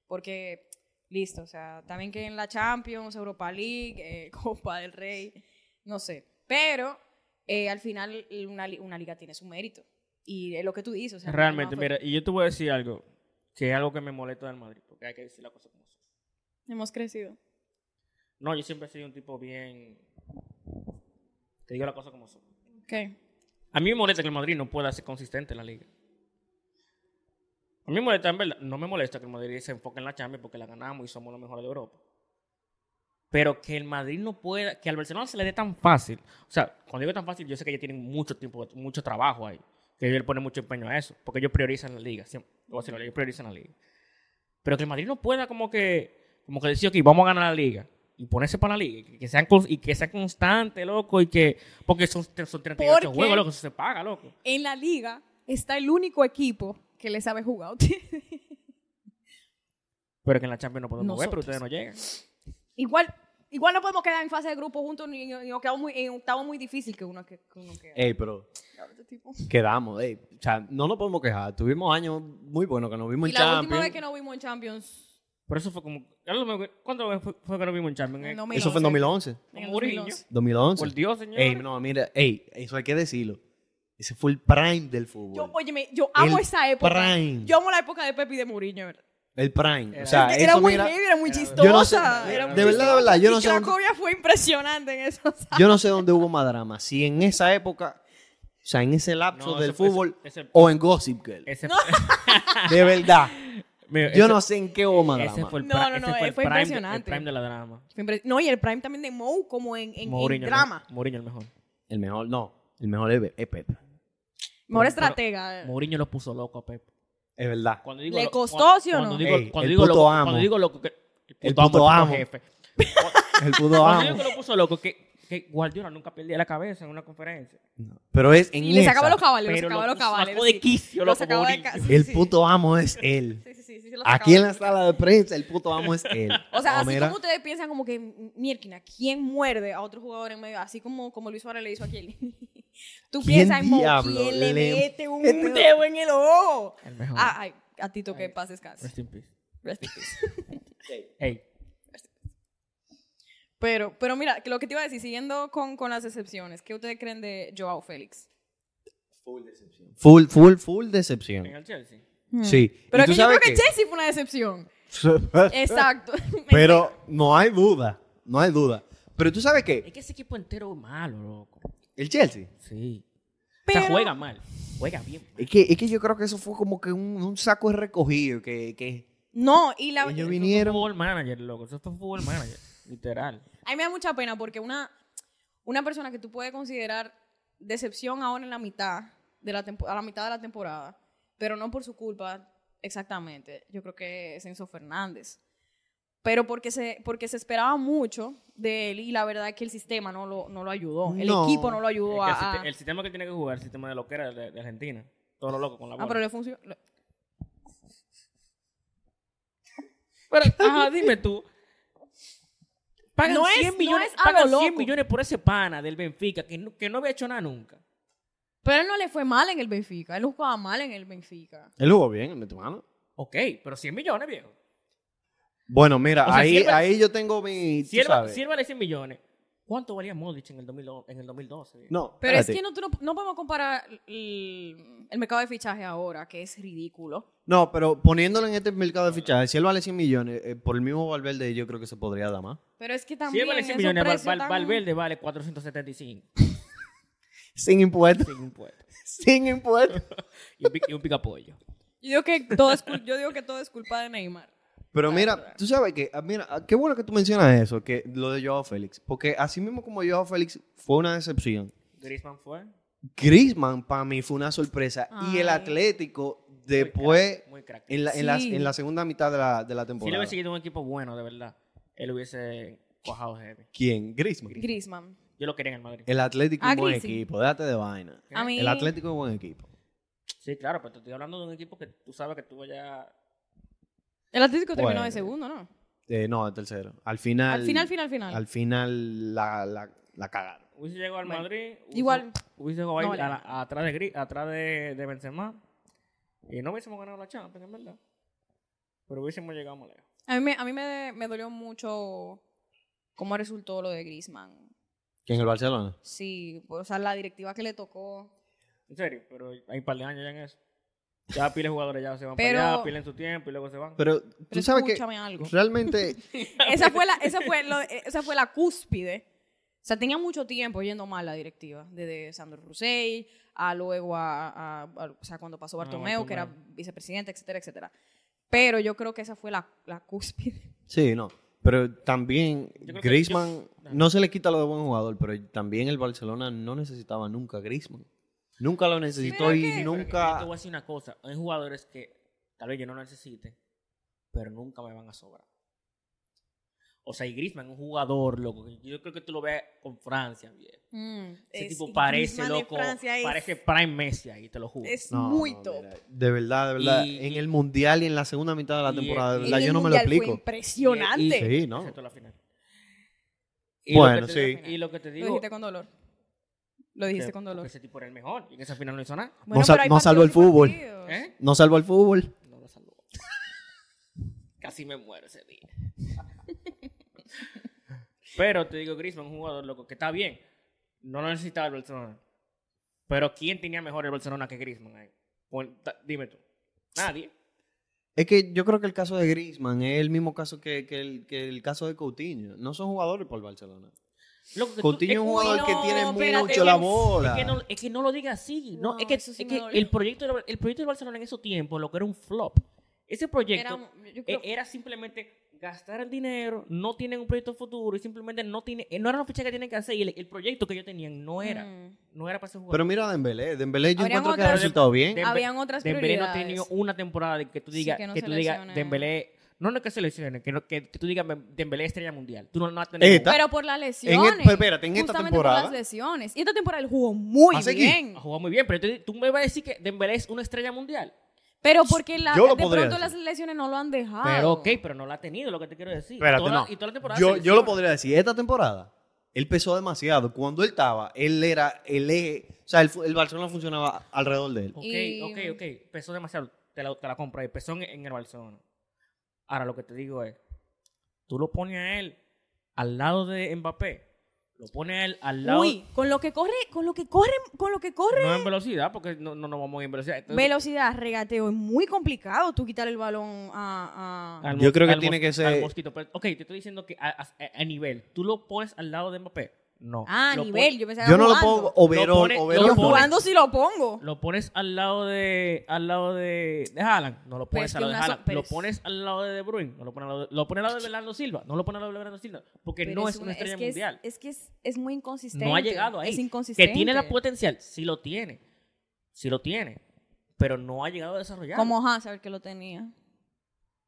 porque listo, o sea, también que en la Champions, Europa League, eh, Copa del Rey, no sé. Pero eh, al final una, li- una liga tiene su mérito. Y es lo que tú dices, o sea, no-
Realmente,
no fue-
mira, y yo te voy a decir algo, que es algo que me molesta del Madrid, porque hay que decir la cosa como son.
Hemos crecido.
No, yo siempre he sido un tipo bien... Que digo la cosa como son.
Ok.
A mí me molesta que el Madrid no pueda ser consistente en la liga. A mí me molesta, en verdad, no me molesta que el Madrid se enfoque en la Champions porque la ganamos y somos los mejores de Europa. Pero que el Madrid no pueda, que al Barcelona se le dé tan fácil. O sea, cuando digo tan fácil, yo sé que ellos tienen mucho tiempo, mucho trabajo ahí. Que ellos le ponen mucho empeño a eso. Porque ellos priorizan la liga. siempre. Voy a decirlo, ellos priorizan la liga. Pero que el Madrid no pueda como que, como que decir, ok, vamos a ganar la liga. Y ponerse para la liga. Y que- que sean, cons- y que sea constante, loco. Y que, porque son, son 38
Porque-
juegos, loco. Eso se paga, loco.
En la liga está el único equipo que le sabe jugar.
Pero que en la Champions no podemos mover, pero
Nosotros.
ustedes no llegan.
igual, igual no podemos quedar en fase de grupo juntos ni, ni- o quedamos muy, en octavo muy difícil que uno que, que uno quede.
Ey, pero
Este tipo.
quedamos, ey. O sea, no nos podemos quejar. Tuvimos años muy buenos que nos vimos
Y
en
la última
Champions.
vez que nos vimos en Champions,
Por eso fue como. ya lo me- ¿Cuántas veces fue, fue que lo vimos en Champions? eh?
en 2011,
Eso fue en 2011.
en el
Mourinho.
2011.
2011.
Por Dios, señor.
Ey, no, mira, ey, eso hay que decirlo. Ese fue el prime del fútbol.
Yo, óyeme, yo amo
El
esa época.
prime.
Yo amo la época de Pepe y de Mourinho, ¿verdad?
el prime.
Era-
o sea,
era
eso,
muy
mira,
heavy, era muy
era-
chistosa.
Yo no sé-
era muy
de verdad, de
chistosa.
verdad, yo no
Y
sé dónde-
Cracovia fue impresionante en esos años.
yo no sé dónde hubo más drama. Si en esa época, o sea, en ese lapso
No,
del
ese-
fútbol
ese- ese-
o en Gossip Girl.
Ese,
De verdad.
mira,
Yo
ese-
no sé en qué hubo más
Ese
drama.
fue el,
No,
pra-
no,
ese
no, eh,
fue el
fue
prime, el
impresionante.
prime de la drama.
Fue impres- No, y el prime también de Mou, como en, en- en,
Mourinho, el
drama.
mejor- Mourinho el mejor.
El mejor, no. El mejor es, Be- es Pepe.
Mejor
Pero-
estratega. eh.
Mourinho lo puso loco a Pep.
Es verdad.
Cuando digo
¿Le
lo-
costó,
cuando-
sí o
cuando
no?
Digo,
Ey,
cuando
el
digo
puto
loco,
amo.
Cuando digo loco, que,
El puto amo.
jefe.
El puto
Cuando digo
amo.
que lo puso loco, que, que Guardiola nunca perdía la cabeza en una conferencia.
Pero es en
Y le sacaba
esa.
los cabales, le
Pero
sacaba
lo
los cabales.
sacó de
sí.
quicio,
Lo
loco,
sacaba de
Mourinho.
ca- sí,
El
sí.
puto amo es él.
Sí, sí, sí, sí, sí, lo
Aquí en
sacaba.
la sala de prensa, el puto amo es él.
O sea,
No, Ah,
así
mira,
como ustedes piensan como que, mierda, ¿quién muerde a otro jugador en medio? Así como, como Luis Suárez le hizo a aquel. Tú
¿Quién
piensas en Mo,
diablo
¿quién le
le
mete un
mete-
dedo en el ojo?
El mejor.
Ah, ay, a Tito que pases casi.
Rest in peace.
Rest in peace.
Ey,
Pero, pero mira, que lo que te iba a decir, siguiendo con, con las excepciones, ¿qué ustedes creen de Joao Félix?
Full, full, full decepción.
en el Chelsea.
Sí. ¿Y
Pero es
tú
que yo creo
sabes
que
qué?
Chelsea fue una decepción. Exacto.
Pero no hay duda, no hay duda. Pero tú sabes
Es
qué,
que ese equipo entero es malo, loco.
el Chelsea,
Sí. O sea,
Pero-
juega mal. Juega bien.
es que, es que yo creo que eso fue como que un, un saco de recogido, que, que
No, y la...
ellos
Eso fue
vinieron.
Fútbol manager, loco. Eso fue fútbol manager. Literal.
A mí me da mucha pena porque una, una persona que tú puedes considerar decepción ahora en la mitad de la, tempo- a la mitad de la temporada, pero no por su culpa exactamente, yo creo que es Enzo Fernández. Pero porque se, porque se esperaba mucho de él y la verdad es que el sistema no lo, no lo ayudó, el
No.
equipo no lo ayudó
Es que
a...
el, siste-
a-
el sistema que tiene que jugar, el sistema de lo que era de, de Argentina. Todo lo loco con la
Ah,
bola.
pero le funcionó. le-
Pero, ajá, dime tú. Pagan
No es-
100
no
millones,
es algo
pagan 100
loco.
millones por ese pana del Benfica que no, que no había hecho nada nunca.
Pero él no le fue mal en el Benfica, él jugaba mal en el Benfica.
Él jugó bien, el mano.
Ok, pero 100 millones, viejo.
Bueno, mira,
O sea,
ahí,
si él va-
ahí yo tengo mi, tú
Si él, va-
sabes.
si él vale 100 millones, ¿cuánto valía Modric en el, 2000 en el 2012? viejo?
No,
Pero es
espérate.
que no, tú no, no podemos comparar el, el mercado de fichaje ahora, que es ridículo.
No, pero poniéndolo en este mercado de fichajes, si él vale 100 millones, eh, por el mismo Valverde yo creo que se podría dar más.
Pero es que
Si
también.
él vale 100
esos
millones, Val-
precios
Val-
tan-
Valverde vale 475
Sin impuestos,
sin impuestos.
sin impuestos.
Y un, pi- y un picapollo.
Yo digo, que todo es cul- yo digo que todo es culpa de Neymar.
Pero mira, tú sabes que, ah, mira, ah, qué bueno que tú mencionas eso, que lo de Joao Félix, porque así mismo como Joao Félix fue una decepción,
Griezmann fue.
Griezmann para mí fue una sorpresa. Y el
Ay.
Atlético
muy crack,
después,
Muy crack.
en la, en la-
Sí.
en la segunda mitad de la, de la
Si le
temporada.
hubiese seguido un equipo bueno, de verdad, él hubiese cojado heavy.
¿Quién? Griezmann.
Griezmann.
Yo lo quería en el Madrid.
El Atlético es
Ah,
un buen
Griezmann.
equipo, déjate de vaina.
A mí.
El Atlético es un buen equipo.
Sí, claro, pero te estoy hablando de un equipo que tú sabes que tuvo ya
El Atlético terminó
Bueno.
de segundo, ¿no?
Eh, no, el tercero. Al final.
Al final, final, final.
Al final la, la, la cagaron.
Hubiese llegado al
Bueno,
Madrid. hubiese-
igual.
Hubiese llegado ahí
No vale
a la- atrás, de, Gri- atrás de, de Benzema. Y no hubiésemos ganado la Champions, en verdad. Pero hubiésemos llegado más lejos.
A mí, me, a mí me, me dolió mucho cómo resultó lo de Griezmann.
¿Quién? El Barcelona.
Sí, pues, o sea, la directiva que le tocó.
En serio, pero hay un par de años ya en eso. Ya pila de jugadores ya se van
Pero-
para allá, pila en su tiempo y luego se van.
Pero tú
Pero
sabes que
escúchame algo.
realmente
Esa fue la, esa fue lo- esa fue la cúspide. O sea, tenía mucho tiempo yendo mal la directiva, desde Sandro Rousseff a luego a, a- a- o sea, cuando pasó
Ah,
Bartomeu, que era
Bartomeu.
vicepresidente, etcétera, etcétera. Pero yo creo que esa fue la, la cúspide.
Sí, no. Pero también
creo que
Griezmann,
yo-
no se le quita lo de buen jugador, pero también el Barcelona no necesitaba nunca a Griezmann. Nunca lo necesitó
Pero
y
es que-
Yo te
nunca...
voy a decir una cosa. Hay jugadores que tal vez yo no necesite, pero nunca me van a sobrar. O sea, y Griezmann es un jugador, loco. que Yo creo que tú lo ves con Francia, viejo. Mm, Ese tipo parece, loco. Parece Prime Messi ahí, te lo juro.
Es
No,
muy
no,
top.
mira, de verdad, de verdad.
Y-
en
y-
el Mundial y en la segunda mitad de la
y-
temporada, de
y
verdad,
El
yo no me lo
Mundial fue
explico.
impresionante.
Y-
Sí, no.
Excepto la final. Y lo que
Bueno,
te-
sí.
Y lo que te
Lo
digo.
dijiste con dolor. Lo dijiste
que-
con dolor.
que Ese tipo era el mejor. Y en esa final no hizo nada.
No sal-
hay
no salvó el
partidos y
fútbol.
partidos.
¿Eh?
No salvó al fútbol.
No lo salvó. Casi me muero ese día. pero te digo, Griezmann es un jugador loco que está bien. No lo necesitaba el Barcelona. Pero ¿quién tenía mejor el Barcelona que Griezmann ahí? Pon- ta- dime tú. Nadie.
Es que yo creo que el caso de Griezmann es el mismo caso que, que el, que el caso de Coutinho. No son jugadores por Barcelona.
Loco, que tú-
Coutinho es un
que-
jugador
no,
que tiene
espérate,
mucho
es que-
la
es
bola.
Es que, no, es que no lo diga así. No,
No,
es que,
eso sí
es
me
que
dolió.
el, proyecto, de- el proyecto del Barcelona en esos tiempos lo que era un flop. Ese proyecto
Era
e-
un- yo creo-
era, simplemente gastar el dinero, no tienen un proyecto futuro y simplemente no tiene eh, no era una ficha que tienen que hacer y el, el proyecto que ellos tenían no era
Mm.
no era para ese jugador.
Pero mira a Dembélé. Dembélé yo
Habrían
encuentro que ha
otras-
resultado bien.
Dem-
Habían otras
Dembélé no ha
prioridades.
tenido una temporada de que tú
Sí,
digas
que no
que
se
tú digas
lesione.
Dembélé no no es que se lesione, que, no- que, que tú digas Dembélé estrella mundial. Tú no, no has tenido
Esta-
una.
Pero por las lesiones.
pero e- espérate, en esta
Justamente
temporada-
por las lesiones. Y esta temporada él jugó muy
Hace aquí.
bien.
ha jugado muy bien, pero tú, tú me vas a decir que Dembélé es una estrella mundial.
Pero porque la,
Yo lo
de
podría
pronto las
decir.
lesiones no lo han dejado.
Pero ok, pero no la ha tenido, lo que te quiero decir.
Espérate,
Toda-
no.
Y toda la temporada
yo,
se
yo lo
lesiona.
podría decir. Esta temporada, él pesó demasiado. Cuando él estaba, él era el eje. O sea, el, fu- el Barcelona funcionaba alrededor de él.
Ok,
Y-
ok, ok. Pesó demasiado. Te la, te la compro ahí. Pesó en, en el Barcelona. Ahora lo que te digo es, tú lo pones a él al lado de Mbappé. Lo pones a él al lado...
Uy, con lo que corre, con lo que corre, con lo que corre.
No en velocidad, porque no, no, no vamos en velocidad. Entonces,
Velocidad, regateo, es muy complicado tú quitar el balón a... a-
al
Yo
mos-
creo que
al
tiene
mos-
que ser-
al mosquito. Pero, ok, te estoy diciendo que a, a- a nivel. Tú lo pones al lado de Mbappé. No.
Ah, a
Lo
nivel,
pon-
yo pensaba
Yo no lo
jugando.
pongo overall.
pone- lo
overall
Yo
no.
pone-
jugando sí lo pongo.
Lo pones al lado de al lado de, de Haaland, no lo
Pero
pones
es
al
que
lado de
una so-
Haaland,
pero
lo
es-
pones al lado de De Bruyne, no lo pones al lado de, lo pones al lado de Bernardo Silva, no lo pones al lado de Bernardo Silva, porque
Pero
no es una,
una-
estrella
que
mundial.
Es, que es, es muy inconsistente.
no ha llegado ahí.
Es inconsistente.
Que tiene la potencial, sí lo tiene. Sí lo tiene, pero no ha llegado a desarrollar.
Como Hazard que lo tenía.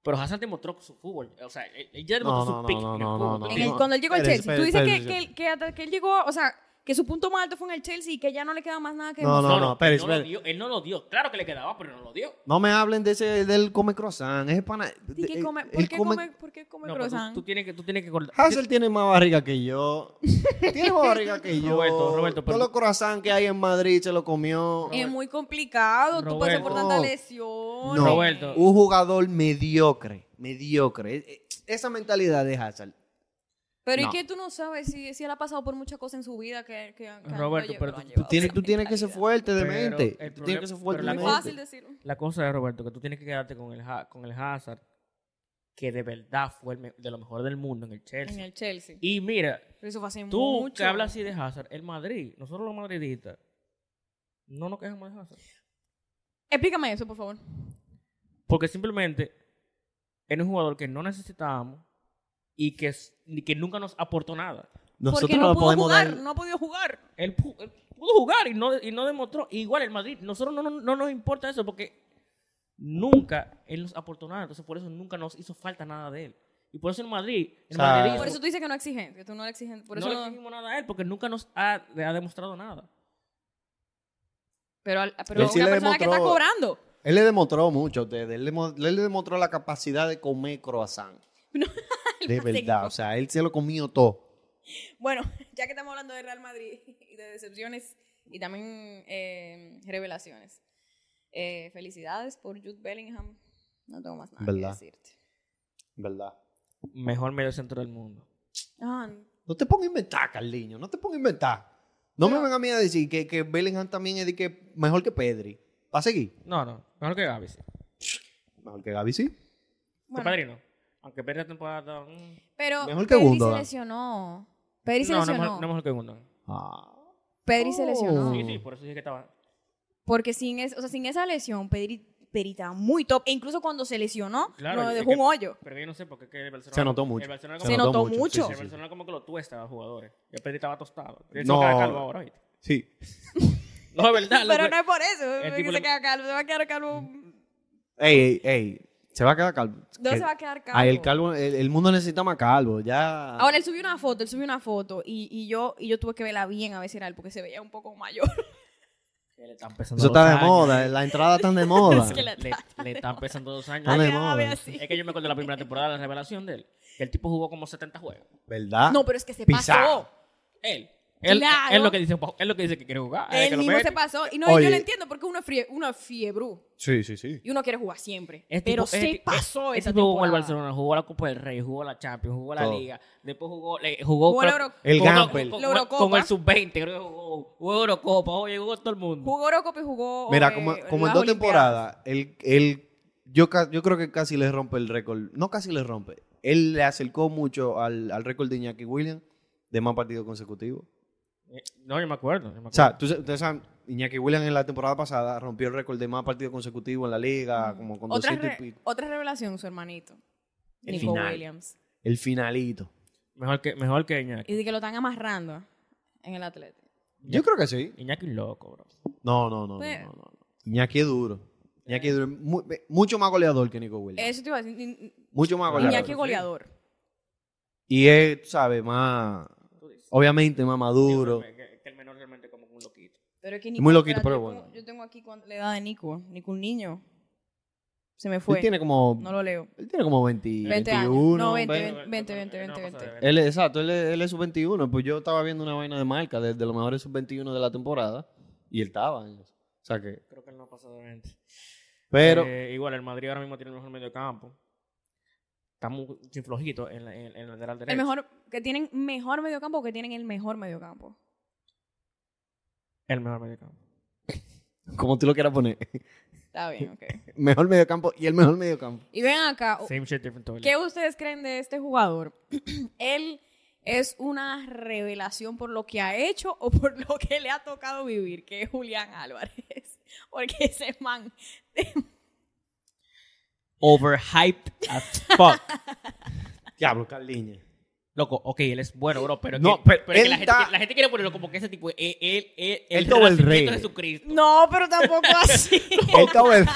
Pero Hassan demostró su fútbol, o sea, él, él ya
No,
demostró
no,
su
no,
pick
no,
en el
no,
fútbol.
no,
En el-
no.
cuando él llegó al
Espérate,
Chelsea. Tú dices
espérate,
que,
espérate.
que, que hasta que él llegó, o sea, que su punto más alto fue en el Chelsea y que ya no le queda más nada que
No,
demostrar.
no, no, espere,
él, no lo
espere.
dio, él no lo dio. Claro que le quedaba, pero no lo dio.
No me hablen de ese, del come croissant. Ese pana-
¿Y qué
eh,
come-
él
¿Por qué come, ¿por qué come
No, pero tú,
croissant?
tú tienes que tú tienes que acordar-
Hazel tiene más barriga que yo. Tiene más barriga que yo.
Roberto, Roberto, pero-
Todos los croissants que hay en Madrid se lo comió.
es muy complicado. Tú pasas por
Roberto.
tanta lesión.
No. Uh,
Roberto.
Un jugador mediocre. Mediocre. E- e- Esa mentalidad de Hazard.
Pero
No.
es que tú no sabes si, si él ha pasado por muchas cosas en su vida que, que, que
Roberto,
lle- lo
pero tú-
han
tú
Tú
llevado
tienes,
a
tú
esa
tienes que ser
mentalidad.
fuerte de
Pero el
mente. Tú
problema-
tienes que ser fuerte
pero la
de
Muy
mente.
cosa-
fácil decirlo.
La cosa es, Roberto, que tú tienes que quedarte con el, Ha- con el Hazard, que de verdad fue el me- de lo mejor del mundo en el Chelsea.
En el Chelsea.
Y mira,
Pero eso fue hace
tú
mucho.
que hablas así de Hazard, el Madrid, nosotros los madridistas, no nos quejamos de Hazard.
Explícame eso, por favor.
Porque simplemente era un jugador que no necesitábamos y que, s- y que nunca nos aportó nada.
Porque
Nosotros
no,
no,
pudo
podemos
jugar,
dar.
no ha podido jugar.
Él, pu- él pudo jugar y no, y no demostró. Igual el Madrid, nosotros no, no- no nos importa eso porque nunca él nos aportó nada. Entonces por eso nunca nos hizo falta nada de él. Y por eso el Madrid,
O
el
sea,
madridismo-
Por eso tú dices que no exigen, que tú no eres exigente. Por eso
no
no-
le exigimos nada a él porque nunca nos ha, le ha demostrado nada.
Pero, al- pero
Él sí
una
le
persona que está
demostró-
cobrando.
Él le demostró mucho a ustedes. Él le, mo- él le demostró la capacidad de comer croissant. de verdad. O sea, él se lo comió todo.
pues Bueno, ya que estamos hablando de Real Madrid y de decepciones y también eh, revelaciones. Eh, felicidades por Jude Bellingham. No tengo más nada
¿Verdad?
que decirte.
¿Verdad?
Mejor medio centro del mundo.
Ah,
No te pongas a inventar, Carliño. No te pongas a inventar. No me
Pero-
vengan a mí a decir que, que Bellingham también es de que mejor que Pedri. ¿Va a seguir?
No, no, mejor que Gaby. Sí.
Mejor que Gaby, sí.
Tu
bueno,
padrino. Aunque pierda temporada. mm,
pero
Mejor que
Pedri se
Gundogan.
lesionó. Pedri se
No, no, es
lesionó.
mejor- no Oh. es mejor que Gundogan.
Ah.
Pedri se lesionó.
Sí, sí, por eso dije que estaba.
Porque sin, es- o sea, sin esa lesión, Pedri, Pedri estaba muy top. E incluso cuando se lesionó,
Claro,
nos
es
dejó
que-
un hoyo.
Pero yo no sé por qué que el Barcelona.
Se notó mucho.
El Barcelona
Se
como,
notó
sí,
mucho.
el
sí, sí.
Barcelona como que lo tuesta a los jugadores. Y el Pedri estaba tostado. Él se
No.
queda calvo ahora, ¿viste?
Sí.
No, es verdad. loco.
Pero no es por eso.
pues. El
es
tipo
que
le-
se queda calvo. Se va a quedar calvo.
Ey, ey, ey. Se va a quedar calvo.
No
Mm. Que-
se va a quedar calvo.
Ay, el calvo, el, el mundo necesita más calvo. Ya.
Ahora él subió una foto, él subió una foto y, y yo y yo tuve que verla bien a ver si era él porque se veía un poco mayor.
Que le están pesando
Eso
dos
está de
años.
moda. eh. La entrada está de moda.
Es que la-
Le, le están pesando dos años.
Está de
Ay, me daba
moda.
así.
Es que yo me acuerdo de la primera temporada, la revelación de él. Que el tipo jugó como 70 juegos.
¿Verdad?
No, pero es que se
Pizarro.
pasó.
Él. Él,
Claro.
él lo que dice, él lo que dice que quiere jugar.
Ah,
es que
Él
lo
mismo
mete.
se pasó. Y no,
Oye.
yo lo entiendo porque uno es, frie- uno es fiebre
Sí, sí, sí.
y uno quiere jugar siempre.
Es
pero
Este tipo- es
se
ti-
pasó
es
esa
tipo jugó en el
temporada.
Barcelona, jugó la Copa del Rey, jugó la Champions, jugó la
Todo.
Liga, después jugó, le- jugó,
Jugó
con-
la Euro-
El
con-
Gamper.
con,
La
con-
Eurocopa.
con el sub-20, creo que jugó, jugó Eurocopa, oye, jugó todo el mundo.
Jugó Eurocopa y jugó.
Mira,
eh,
como, como en
las
dos
Olimpiadas.
temporadas, él, él- yo, ca- yo creo que casi le rompe el récord. No casi le rompe. Él le acercó mucho al, al récord de Iñaki Williams de más partidos consecutivos.
Eh, No, yo me acuerdo. yo me
O sea,
acuerdo.
tú sa- ustedes saben, Iñaki Williams en la temporada pasada rompió el récord de más partidos consecutivos en la liga, como con
Otra,
200 y
re-
pico.
otra revelación, su hermanito.
El
Nico
final.
Williams.
El finalito.
mejor que, mejor que Iñaki.
Y de que lo están amarrando en el Atlético.
Yo creo que sí. Pues-
Iñaki es loco, bro.
No, no, no. no,
Pero-
no, no. Iñaki es duro. Iñaki es duro. Mu- ve- mucho más goleador que Nico Williams.
Eso te iba a decir. ni-
Mucho más goleador.
Iñaki goleador.
Y él, tú sabes, más.
Tú dices.
Obviamente, más maduro.
Que, que el menor realmente como un loquito.
Pero es que
Muy
Nico,
loquito,
espérate,
pero
yo
bueno.
tengo- Yo tengo aquí cuan- la edad de Nico. Nico, un niño. Se me
Él
fue.
tiene como.
No lo leo.
Él tiene como 20,
20 años.
21.
No, 20,
ve-
20, 20,
Una cosa
20.
de verdad.
Él, es- exacto, él, es- él es sub-21. Pues yo estaba viendo una vaina de marca desde los mejores sub-21 de la temporada y él estaba en eso. O sea que.
Eh, Creo que él no ha pasado de 20.
Pero.
Eh, igual, el Madrid ahora mismo tiene el mejor medio campo. Está muy sin flojito en, la- en, en el lateral derecho.
El mejor, que tienen mejor mediocampo o que tienen el mejor mediocampo.
El mejor medio campo.
como tú lo quieras poner.
Está bien, ok.
Mejor mediocampo y el mejor mediocampo.
Y ven acá,
Same shit, different toilet.
¿qué ustedes creen de este jugador? ¿Él es una revelación por lo que ha hecho o por lo que le ha tocado vivir? Que es Julián Álvarez. Porque ese man
Overhyped as fuck.
Diablo, Carliña.
Loco, ok, él es bueno, bro, pero,
No,
que,
pero
es que
él
la, gente,
está-
quiere- la gente quiere ponerlo como que ese tipo, eh, él, él, él,
Él todo el
renacimiento
rey.
de Jesucristo.
No, pero tampoco así.
Él estaba en-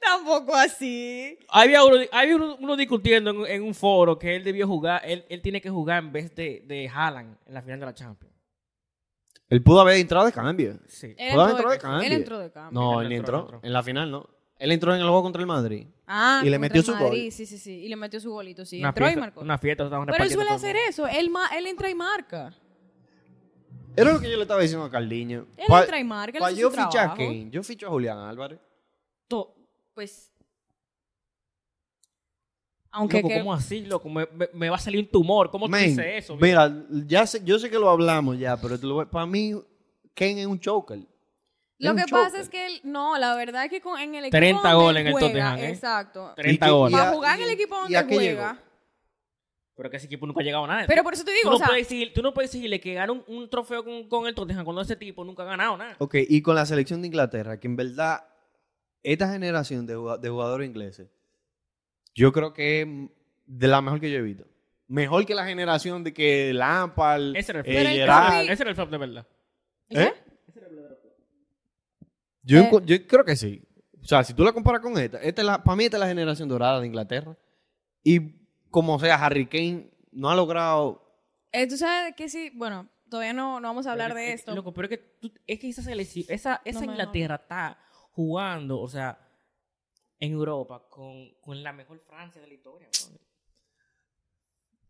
tampoco así.
Había, uno, había uno, uno discutiendo en, en un foro que él debió jugar, él, él tiene que jugar en vez de, de Haaland en la final de la Champions.
Él pudo haber entrado de cambio.
Sí.
Él
Jugaba dentro
entró,
de
de,
cambio.
él Ah, entró de cambio.
No,
Él
él ni
entró,
entró.
entró.
En la final, ¿no? Él entró en el juego contra el Madrid.
Ah,
Y le
contra
metió
el
su
Madrid,
gol.
Sí, sí, sí. Y le metió su golito, sí.
Una
entró
fiesta,
y marcó.
una fiesta, estaban
Pero él
repartiendo
suele
todo el
hacer
mundo.
eso. Él, ma- él entra y marca.
Era lo que yo le estaba diciendo a Carliño.
Él
Pa-
entra y marca. Él
pa
hace
yo
su
fichar
trabajo.
a Kane, yo ficho a Julián Álvarez.
To- Pues. Aunque.
Loco,
que-
¿cómo así, loco? Me, me- me va a salir un tumor. ¿Cómo
Men,
tú dices eso?
Mira, ya sé- yo sé que lo hablamos ya, pero para mí, Kane es un choker.
Lo
un
que
choker.
pasa es que él. No, la verdad es que con, en el equipo.
30
donde
goles en el
juega,
Tottenham, ¿eh?
Exacto.
30
Y que-
goles.
y a-
Para jugar en el equipo
y a
donde
qué
juega.
Pero que ese equipo nunca ha llegado a nada.
Pero por eso te
tú,
digo,
no
o sea.
puedes decir- tú no puedes decirle que ganaron un, un trofeo con, con el Tottenham cuando ese tipo nunca ha ganado nada.
Ok, y con la selección de Inglaterra, que en verdad, esta generación de, juga- de jugadores ingleses, yo creo que es de la mejor que yo he visto. Mejor que la generación de que Lampard,
Ese era el
eh,
flop.
Pero el
Gerrard,
Madrid-
Ese era el flop de verdad.
¿eh? Yo,
Eh.
encu- yo creo que sí. O sea, si tú la comparas con esta, esta es la, para mí esta es la generación dorada de Inglaterra. Y como sea, Harry Kane no ha logrado...
Eh, Tú sabes que sí. Bueno, todavía no, no vamos a hablar
Pero es-
de
es-
esto.
Loco, pero es que, tú- es que esa, selección- esa, esa
me- no.
Inglaterra está jugando, o sea, en Europa con, con la mejor Francia de la historia. bro.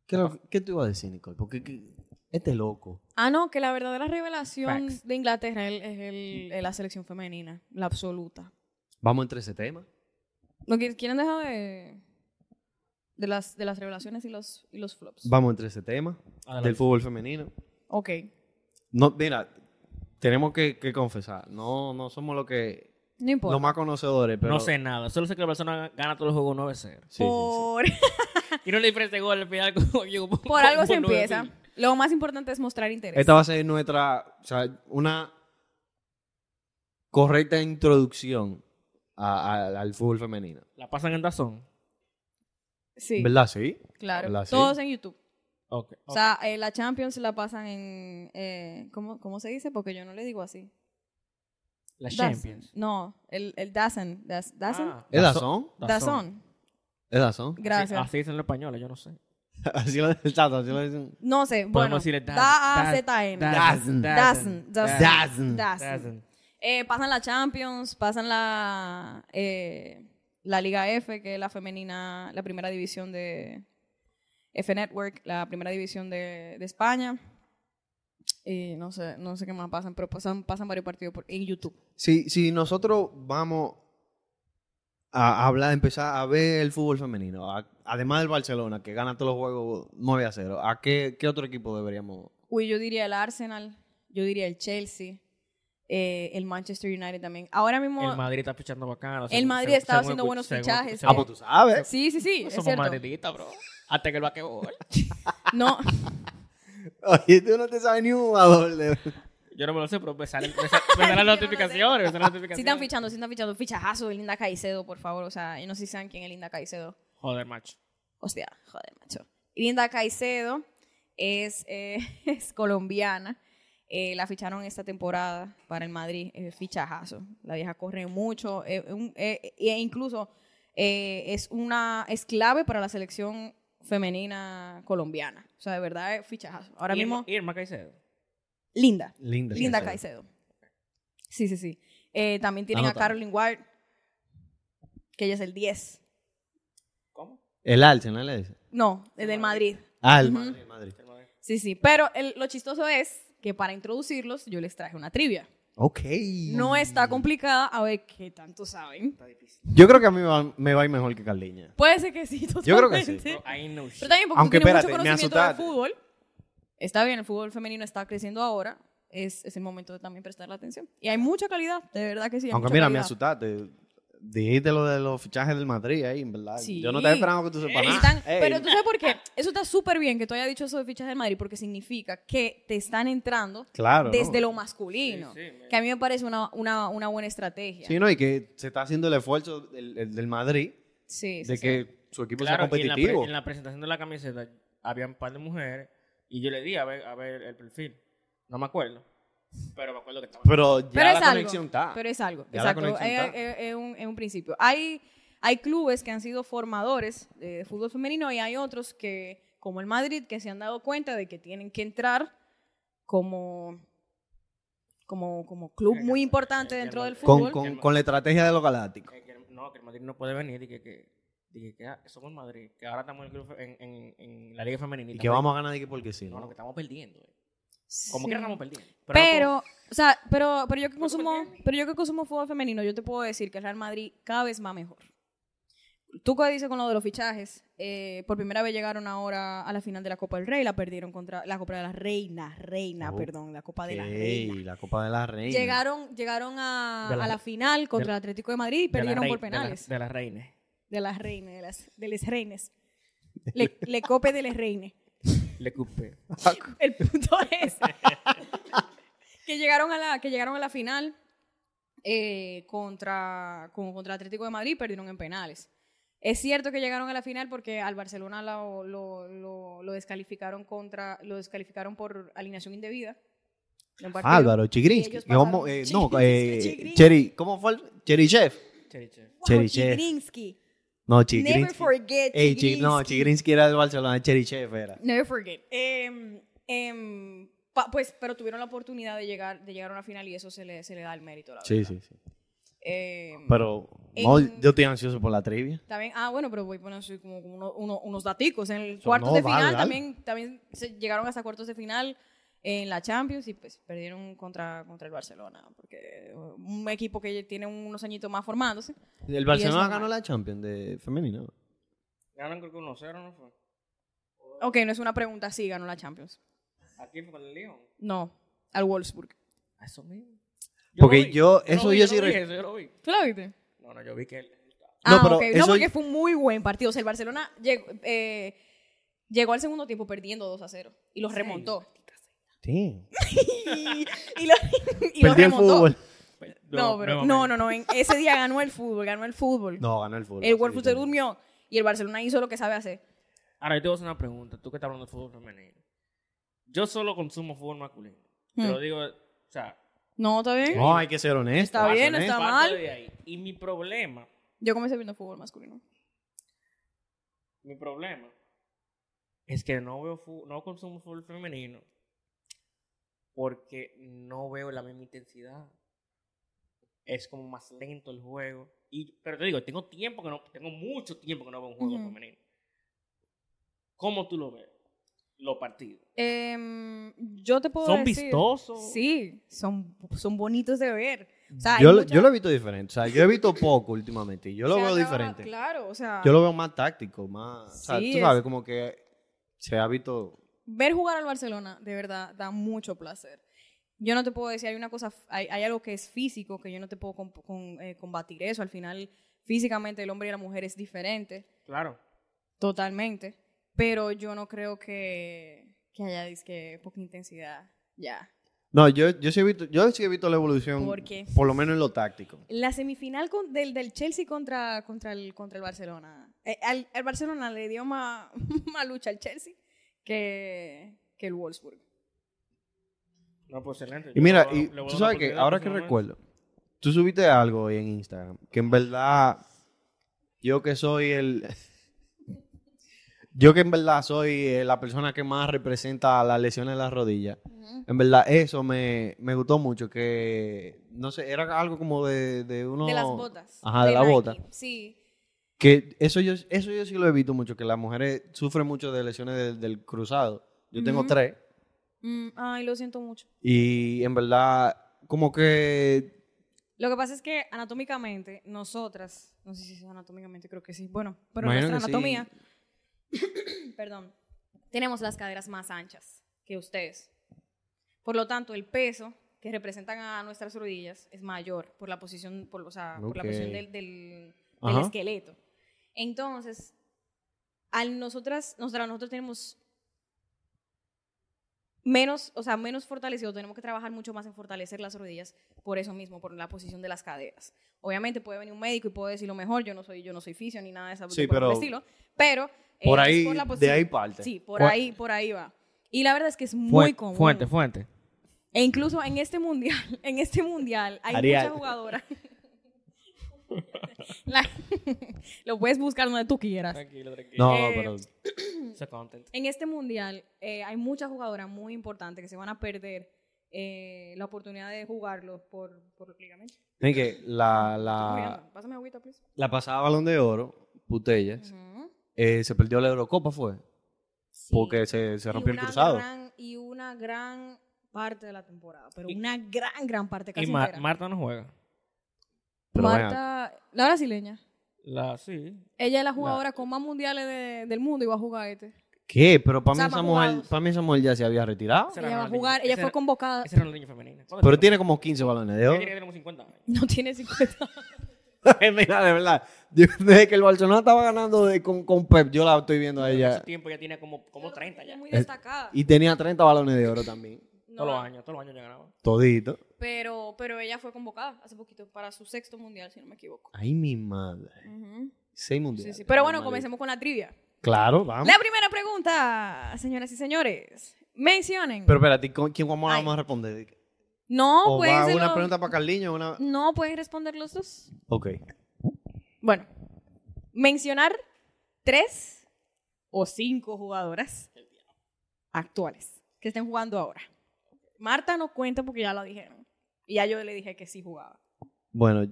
¿Qué, lo- qué te iba a decir, Nicole? Porque que- este es loco.
Ah, no, que la verdadera revelación
Facts.
de Inglaterra es, es el- es la selección femenina, la absoluta.
Vamos entre ese tema.
¿Lo que quieren dejar de, de, las, de las revelaciones y los, y los flops?
Vamos entre ese tema
Ah,
del fútbol femenino.
Ok.
No, mira, tenemos que, que confesar, no, no somos los que
No importa.
los más conocedores, pero
No sé nada. Solo sé que la persona gana todos los juegos 9-0.
Sí, sí, sí.
por
Y no le diferencia de gol al final. como yo-
por algo se
como nueve
empieza.
mil.
Lo más importante es mostrar interés.
Esta va a ser nuestra, o sea, una correcta introducción a- a- al fútbol femenino.
La pasan en Dazón.
Sí,
¿Verdad? Sí.
claro.
¿Verdad? Sí.
Todos en YouTube.
Ok.
O sea, eh, la Champions la pasan en... eh, ¿cómo, ¿Cómo se dice? Porque yo no le digo así.
la
Dazn.
Champions.
No, el, el Dazen. Daz- Dazen.
Ah,
¿Es Dazón?
Dazón.
¿Es Dazón?
Gracias.
Así ah. dicen los españoles, yo no sé.
Así lo dicen. Así lo dicen.
No sé, bueno.
decirle Daz-
D-A-Z-N.
Dazn.
Dazn.
Dazn.
Dazn. Dazn. Eh, pasan la Champions, pasan la, eh, la Liga F, que es la femenina, la primera división de F Network, la primera división de, de España. Y no sé, no sé qué más pasan, pero pasan, pasan varios partidos por- en YouTube.
Si, si nosotros vamos a hablar, empezar a ver el fútbol femenino, a- además del Barcelona, que gana todos los juegos 9 a 0, ¿a qué, qué otro equipo deberíamos?
Uy, yo diría el Arsenal, yo diría el Chelsea, eh, el Manchester United también. Ahora mismo,
El Madrid está fichando bacano.
El Madrid está haciendo buenos fichajes. Ah, pues
tú sabes.
sí, sí, sí, es
Somos
cierto.
madridistas, bro. Hasta que el vaquebol.
No,
Oye, tú no te sabes ni un jugador de...
Yo no me lo sé, pero me salen, me salen, me salen las notificaciones. Me salen las notificaciones.
sí están fichando, sí están fichando. Fichajazo de Linda Caicedo, por favor. O sea, yo no sé si saben quién es Linda Caicedo.
Joder, macho.
Hostia, joder, macho. Linda Caicedo es, eh, es colombiana. Eh, la ficharon esta temporada para el Madrid. eh, fichajazo. La vieja corre mucho. eh, un- eh, e incluso eh, es una es clave para la selección femenina colombiana. O sea, de verdad, es fichajazo. Ahora mismo,
Irma, Irma Caicedo.
Linda.
Linda.
Linda Caicedo. Sí, sí, sí. Eh, también tienen
Anota.
a Caroline Ward, que ella es el 10.
¿Cómo?
El Arsenal le dice.
No, es del Madrid.
Ah, el
Ujú.
Madrid, el Madrid.
Sí, sí. Pero el- lo chistoso es que para introducirlos yo les traje una trivia.
Ok.
No está complicada, a ver qué tanto saben.
Yo creo que a mí me va, me va a ir mejor que Carliña.
Puede ser que sí, totalmente.
Yo creo que sí.
Bro, I know shit.
Pero también porque
Aunque
tú tienes
espérate, me
mucho conocimiento del
asustaste.
fútbol. Está bien, el fútbol femenino está creciendo ahora. Es, es el momento de también prestarle atención. Y hay mucha calidad, de verdad que sí. hay
Aunque
mucha
mira, me
calidad.
asustaste. Dijiste lo de los fichajes del Madrid ahí, en verdad.
Sí.
Yo no estaba esperando que tú sepas nada.
Están-
Ey.
Pero tú sabes por qué. Eso está súper bien que tú hayas dicho eso de fichas del Madrid, porque significa que te están entrando
Claro,
desde
¿no?
lo masculino.
Sí, sí, me-
que a mí me parece una, una, una buena estrategia.
Sí, no, y que se está haciendo el esfuerzo del, el- del Madrid
Sí, sí,
de
sí.
que su equipo sea
Claro, y en la, pre-
competitivo.
en la presentación de la camiseta había un par de mujeres y yo le di a ver, a ver el perfil. No me acuerdo. Pero me acuerdo que estaba.
Pero ya
Pero
la
es
conexión
algo.
está.
Pero es algo.
Ya la
Exacto.
conexión
Es,
está.
es- es un, es un principio. Hay, hay clubes que han sido formadores de, fútbol femenino y hay otros que, como el Madrid, que se han dado cuenta de que tienen que entrar como, como, como club muy importante dentro del
con,
fútbol.
con, con la estrategia de los galácticos.
Que- que el- no, que el Madrid no puede venir y que, que, dije que ah, somos el Madrid, que ahora estamos en, el grupo- en, en, en la Liga Femenina.
Y que vamos a ganar de que porque sí.
No, no,
¿no?
que estamos perdiendo. eh.
Sí.
Como que estamos perdiendo.
Pero, o sea, pero, pero yo que
¿Pero tú me
consumo,
entiendes?
pero yo que consumo fútbol femenino, yo te puedo decir que el Real Madrid cada vez va mejor. Tú que dices con lo de los fichajes, eh, por primera vez llegaron ahora a la final de la Copa del Rey, la perdieron contra la Copa de la Reina, Reina,
Oh,
perdón, la Copa de la
Ok,
Reina.
la Copa de la Reina.
Llegaron, llegaron a,
De la-
a la final contra
de la-
el Atlético de Madrid y
de la
perdieron
rei-
por
de la-
penales.
De las reinas.
De las reinas, de las, de les reines. Le, le cope de les reines.
Le cupé.
El punto es que llegaron a la, que llegaron a la final eh, contra, con- contra Atlético de Madrid y perdieron en penales. Es cierto que llegaron a la final porque al Barcelona lo, lo- lo- lo descalificaron contra, lo descalificaron por alineación indebida. en un partido.
Álvaro
Y
Chigrinsky.
ellos
que vamos-
pasaron-
eh, no,
Chigrinsky,
eh,
Chigrinsky.
Cheri, ¿cómo fue? el- Cheri Chef.
Wow,
Cherichev.
Chigrinsky.
No,
Never
Chigrinsky.
forget
Ey, Chi- no,
Chigrinsky.
Chigrinsky era del Barcelona, Cheri Chef era.
Never forget. Em, em, pa- pues, pero tuvieron la oportunidad de llegar, de llegar a una final y eso se le, se le da el mérito, la verdad.
Sí, sí, sí.
Em,
Mm. Pero
En-
no, yo estoy ansioso por la trivia.
También, ah, bueno, pero voy a poner así como uno- uno- unos daticos. En el
Son-
cuartos
no,
de
dale,
final
dale.
también, también se llegaron hasta cuartos de final en la Champions y pues perdieron contra, contra el Barcelona, porque eh, un equipo que tiene unos añitos más formándose.
El
Y
Barcelona
es
ganó
normal.
la Champions de femenino.
Ganan creo que 1-0, ¿no fue?
Ok, no es una pregunta, sí, ganó la Champions.
Aquí fue con el León.
No, al Wolfsburg.
A Eso mismo.
Porque
lo vi.
yo-
lo
eso
vi,
yo
lo
sí
vi,
re-
eso yo lo vi.
¿Tú la viste?
No, no, yo vi que él.
No,
ah,
pero
ok.
eso-
No, porque fue un muy buen partido. O sea, el Barcelona llegó, eh, Llegó al segundo tiempo perdiendo 2 a 0 y los
Sí.
remontó.
Sí.
Y, y lo, y lo
Perdió el
remontó.
fútbol.
Pues,
Eh, No, pero, no, no, no. en- ese día ganó el fútbol, ganó el fútbol.
No, ganó el fútbol.
el World
sí,
se
sí.
durmió y el Barcelona hizo lo que sabe hacer.
Ahora, yo te voy a hacer una pregunta. Tú que estás hablando de fútbol femenino. Yo solo consumo fútbol masculino. Te
Hmm.
lo digo, o sea...
No, está bien.
No, hay que ser honesto.
Está
hay que
bien,
ser
está
honesto.
parto
mal.
de ahí. Y mi problema,
Yo comencé viendo fútbol masculino.
mi problema, es que no veo fu- no consumo fútbol femenino porque no veo la misma intensidad. Es como más lento el juego. Y, pero te digo, tengo tiempo que no, tengo mucho tiempo que no veo un juego
Ujú.
femenino. ¿Cómo tú lo ves? Los partidos.
Em, yo te puedo
¿Son
decir-
vistosos?
Sí, son, son bonitos de ver. O sea, hay
Yo, lo-
muchas-
yo lo he visto diferente. O sea, yo he visto poco últimamente. y Yo lo
se
veo
acaba-
diferente.
Claro, o sea,
Yo lo veo más táctico, más. O sea,
Sí,
tú
es-
sabes, como que se ha visto.
ver jugar al Barcelona de verdad da mucho placer. Yo no te puedo decir, hay una cosa, hay, hay algo que es físico, que yo no te puedo com- con- eh, combatir eso. Al final, físicamente el hombre y la mujer es diferente,
Claro.
totalmente. Pero yo no creo que, que haya disque poca intensidad ya.
No, yo, yo sí he visto, yo sí he visto la evolución.
¿Por qué?
Por lo menos en lo táctico.
La semifinal con- del, del Chelsea contra, contra, el, contra el Barcelona. Eh, al, al Barcelona le dio más, más lucha al Chelsea que, que el Wolfsburg.
No, pues excelente.
Y
Yo
mira,
le voy a-
y
le voy a
tú
dar
sabes que
oportunidad
ahora
en
que
su momento.
recuerdo, tú subiste algo hoy en Instagram, que en verdad, yo que soy el... Yo que en verdad soy eh, la persona que más representa las lesiones de las rodillas, en verdad eso me, me gustó mucho, que no sé, era algo como de, de uno...
De las botas.
Ajá, de,
la
las botas.
Sí.
Que eso yo, eso yo sí lo he visto mucho, que las mujeres sufren mucho de lesiones del, del cruzado. Yo tengo
Ujú.
tres.
Mm, ay, lo siento mucho.
Y en verdad, como que
Lo que pasa es que anatómicamente, nosotras, no sé si es anatómicamente, creo que sí, bueno, pero
Imagino que
nuestra
sí.
anatomía, perdón, tenemos las caderas más anchas que ustedes. Por lo tanto, el peso que representan a nuestras rodillas es mayor por la posición, por, o sea, por la
Ok.
posición del, del- del
Ajá.
esqueleto. Entonces, al nosotras, nosotras, nosotros tenemos menos, o sea, menos fortalecido, tenemos que trabajar mucho más en fortalecer las rodillas por eso mismo, por la posición de las caderas. Obviamente puede venir un médico y puede decir lo mejor, yo no soy, yo no soy fisio ni nada de esa
Sí,
por el
pero-
estilo, pero eh,
Por
es
ahí,
la
de
posición-
ahí parte.
Sí, por
Fu-
ahí, por ahí va. Y la verdad es que es muy
Fuente,
común.
Fuente, fuente.
E incluso en este mundial, en este mundial hay
Arial.
muchas jugadoras. La- lo puedes buscar donde tú quieras.
Tranquilo, tranquilo.
No,
Eh,
pero
Se content.
En este mundial eh, hay muchas jugadoras muy importantes que se van a perder eh, la oportunidad de jugarlo por, por los ligamentos.
es que la,
Estoy
la,
muriendo. Pásame agüita, please.
la pasada Balón de Oro, Putellas,
Ujú.
eh, se perdió la Eurocopa, fue.
Sí.
Porque se, se
Y
rompió el
una
cruzado.
gran- y una gran parte de la temporada, pero
Y-
una gran, gran parte
Y
casi
Ma-
entera.
Marta no juega.
Pero vean,
Marta, la brasileña.
La, sí.
Ella es la jugadora con más mundiales de- del mundo y va a jugar este.
¿Qué? Pero para
O sea,
mí, esa
más
mujer,
jugados.
para mí esa mujer ya se había retirado.
Esa era
Ella va a
Ronaldinho.
jugar, ella
Esa
fue
era-
convocada.
Esa era la niña femenina. ¿Cuánto
Pero
tiene?
tiene como 15 balones de
Ella
oro.
tiene que tener como 50 años.
No tiene 50.
Mira, de verdad. yo- desde que el Barcelona estaba ganando de- con, con Pep, yo la estoy viendo a
En
ella.
ese tiempo ya tiene como, como 30 ya.
Muy
Es-
destacada.
Y tenía 30 balones de oro también.
No,
Todos los años, todos los años ya ganaba.
Todito.
pero, pero ella fue convocada hace poquito para su sexto mundial, si no me equivoco.
Ay, mi madre.
Ujú.
Seis
Sí,
mundiales.
sí. Pero bueno,
Madre.
comencemos con la trivia.
Claro, vamos.
La primera pregunta, señoras y señores. Mencionen.
Pero espérate, ¿con quién vamos, a-
Ay.
vamos a responder?
no, Mm.
¿O va
pueden ser
una
los-
pregunta para Carliño? Una...
No pueden responder los dos.
Ok.
Bueno, mencionar tres o cinco jugadoras actuales que estén jugando ahora. Marta no cuenta porque ya lo dijeron. Y ya yo le dije que sí jugaba.
Bueno,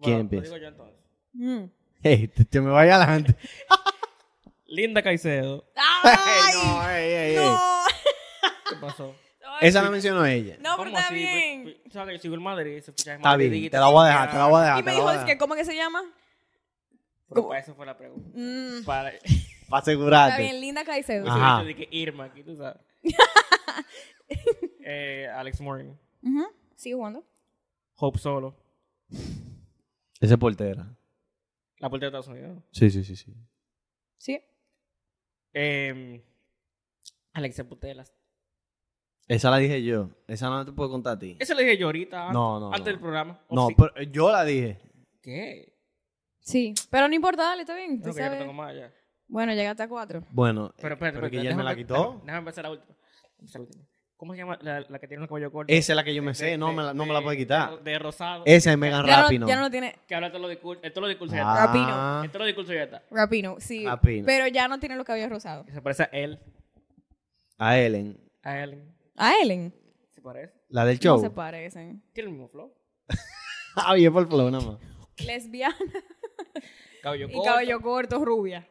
¿Quién
lo
empieza?
digo yo entonces.
hey, te, te me vaya adelante.
Linda Caicedo.
Ey,
¡Ay!
no, ey, ey, ey.
no.
¿Qué pasó?
Ay,
Esa la mencionó ella.
No, pero está bien.
Pues, pues, ¿Sabes que yo sigo el Madrid? Se escucha
Está bien, te la voy a dejar, te la voy a dejar.
y me
te la
dijo,
voy a
es
dejar.
que, ¿cómo que se llama?
Pero para eso fue la pregunta.
Mm,
Para...
Para
está
asegurarte.
bien, Linda Caicedo.
Ah.
Ajá.
Ajá.
de que Irma aquí, tú sabes. eh, Alex Morgan.
Ujú, Sigue jugando.
Hope Solo.
Esa es portera.
La puerta de Estados Unidos.
Sí, sí, sí, sí.
Sí.
Eh, Alexia Putelas.
Esa la dije yo. Esa no te puedo contar a ti.
Eso le dije yo ahorita, antes,
No, no,
antes
no.
del programa. ¿O
No,
sí?
pero eh, yo la dije.
¿Qué?
Sí, pero no importa, dale, está bien. tú
Creo que yo no
sabes.
tengo más ya.
Bueno, llegaste a cuatro.
Bueno, eh,
Pero espérate,
porque
espérate,
ya me la
déjame-
quitó.
Déjame, déjame empezar la última. Empezar la última. ¿Cómo se llama la, la que tiene el cabello corto?
Esa es la que yo me
De-
sé,
de-
no me la, no me la
de-
puedo quitar. Eh.
De, de rosado.
Esa es Megan
Ya
Rapino.
no, ya no lo tiene.
Que habla todos los discursos. Esto lo discursos ya está.
Ah,
Esto lo discursos ya está.
Rapino, sí.
Rapino.
Pero ya no tiene los cabellos rosados.
Que se parece a él.
a Ellen.
A Ellen.
A Ellen.
¿Se parece?
La del
No se
show.
parecen.
Tiene el mismo flow.
Ah, bien por flow nada más.
Lesbiana
Cabello
y
corto.
cabello corto, rubia.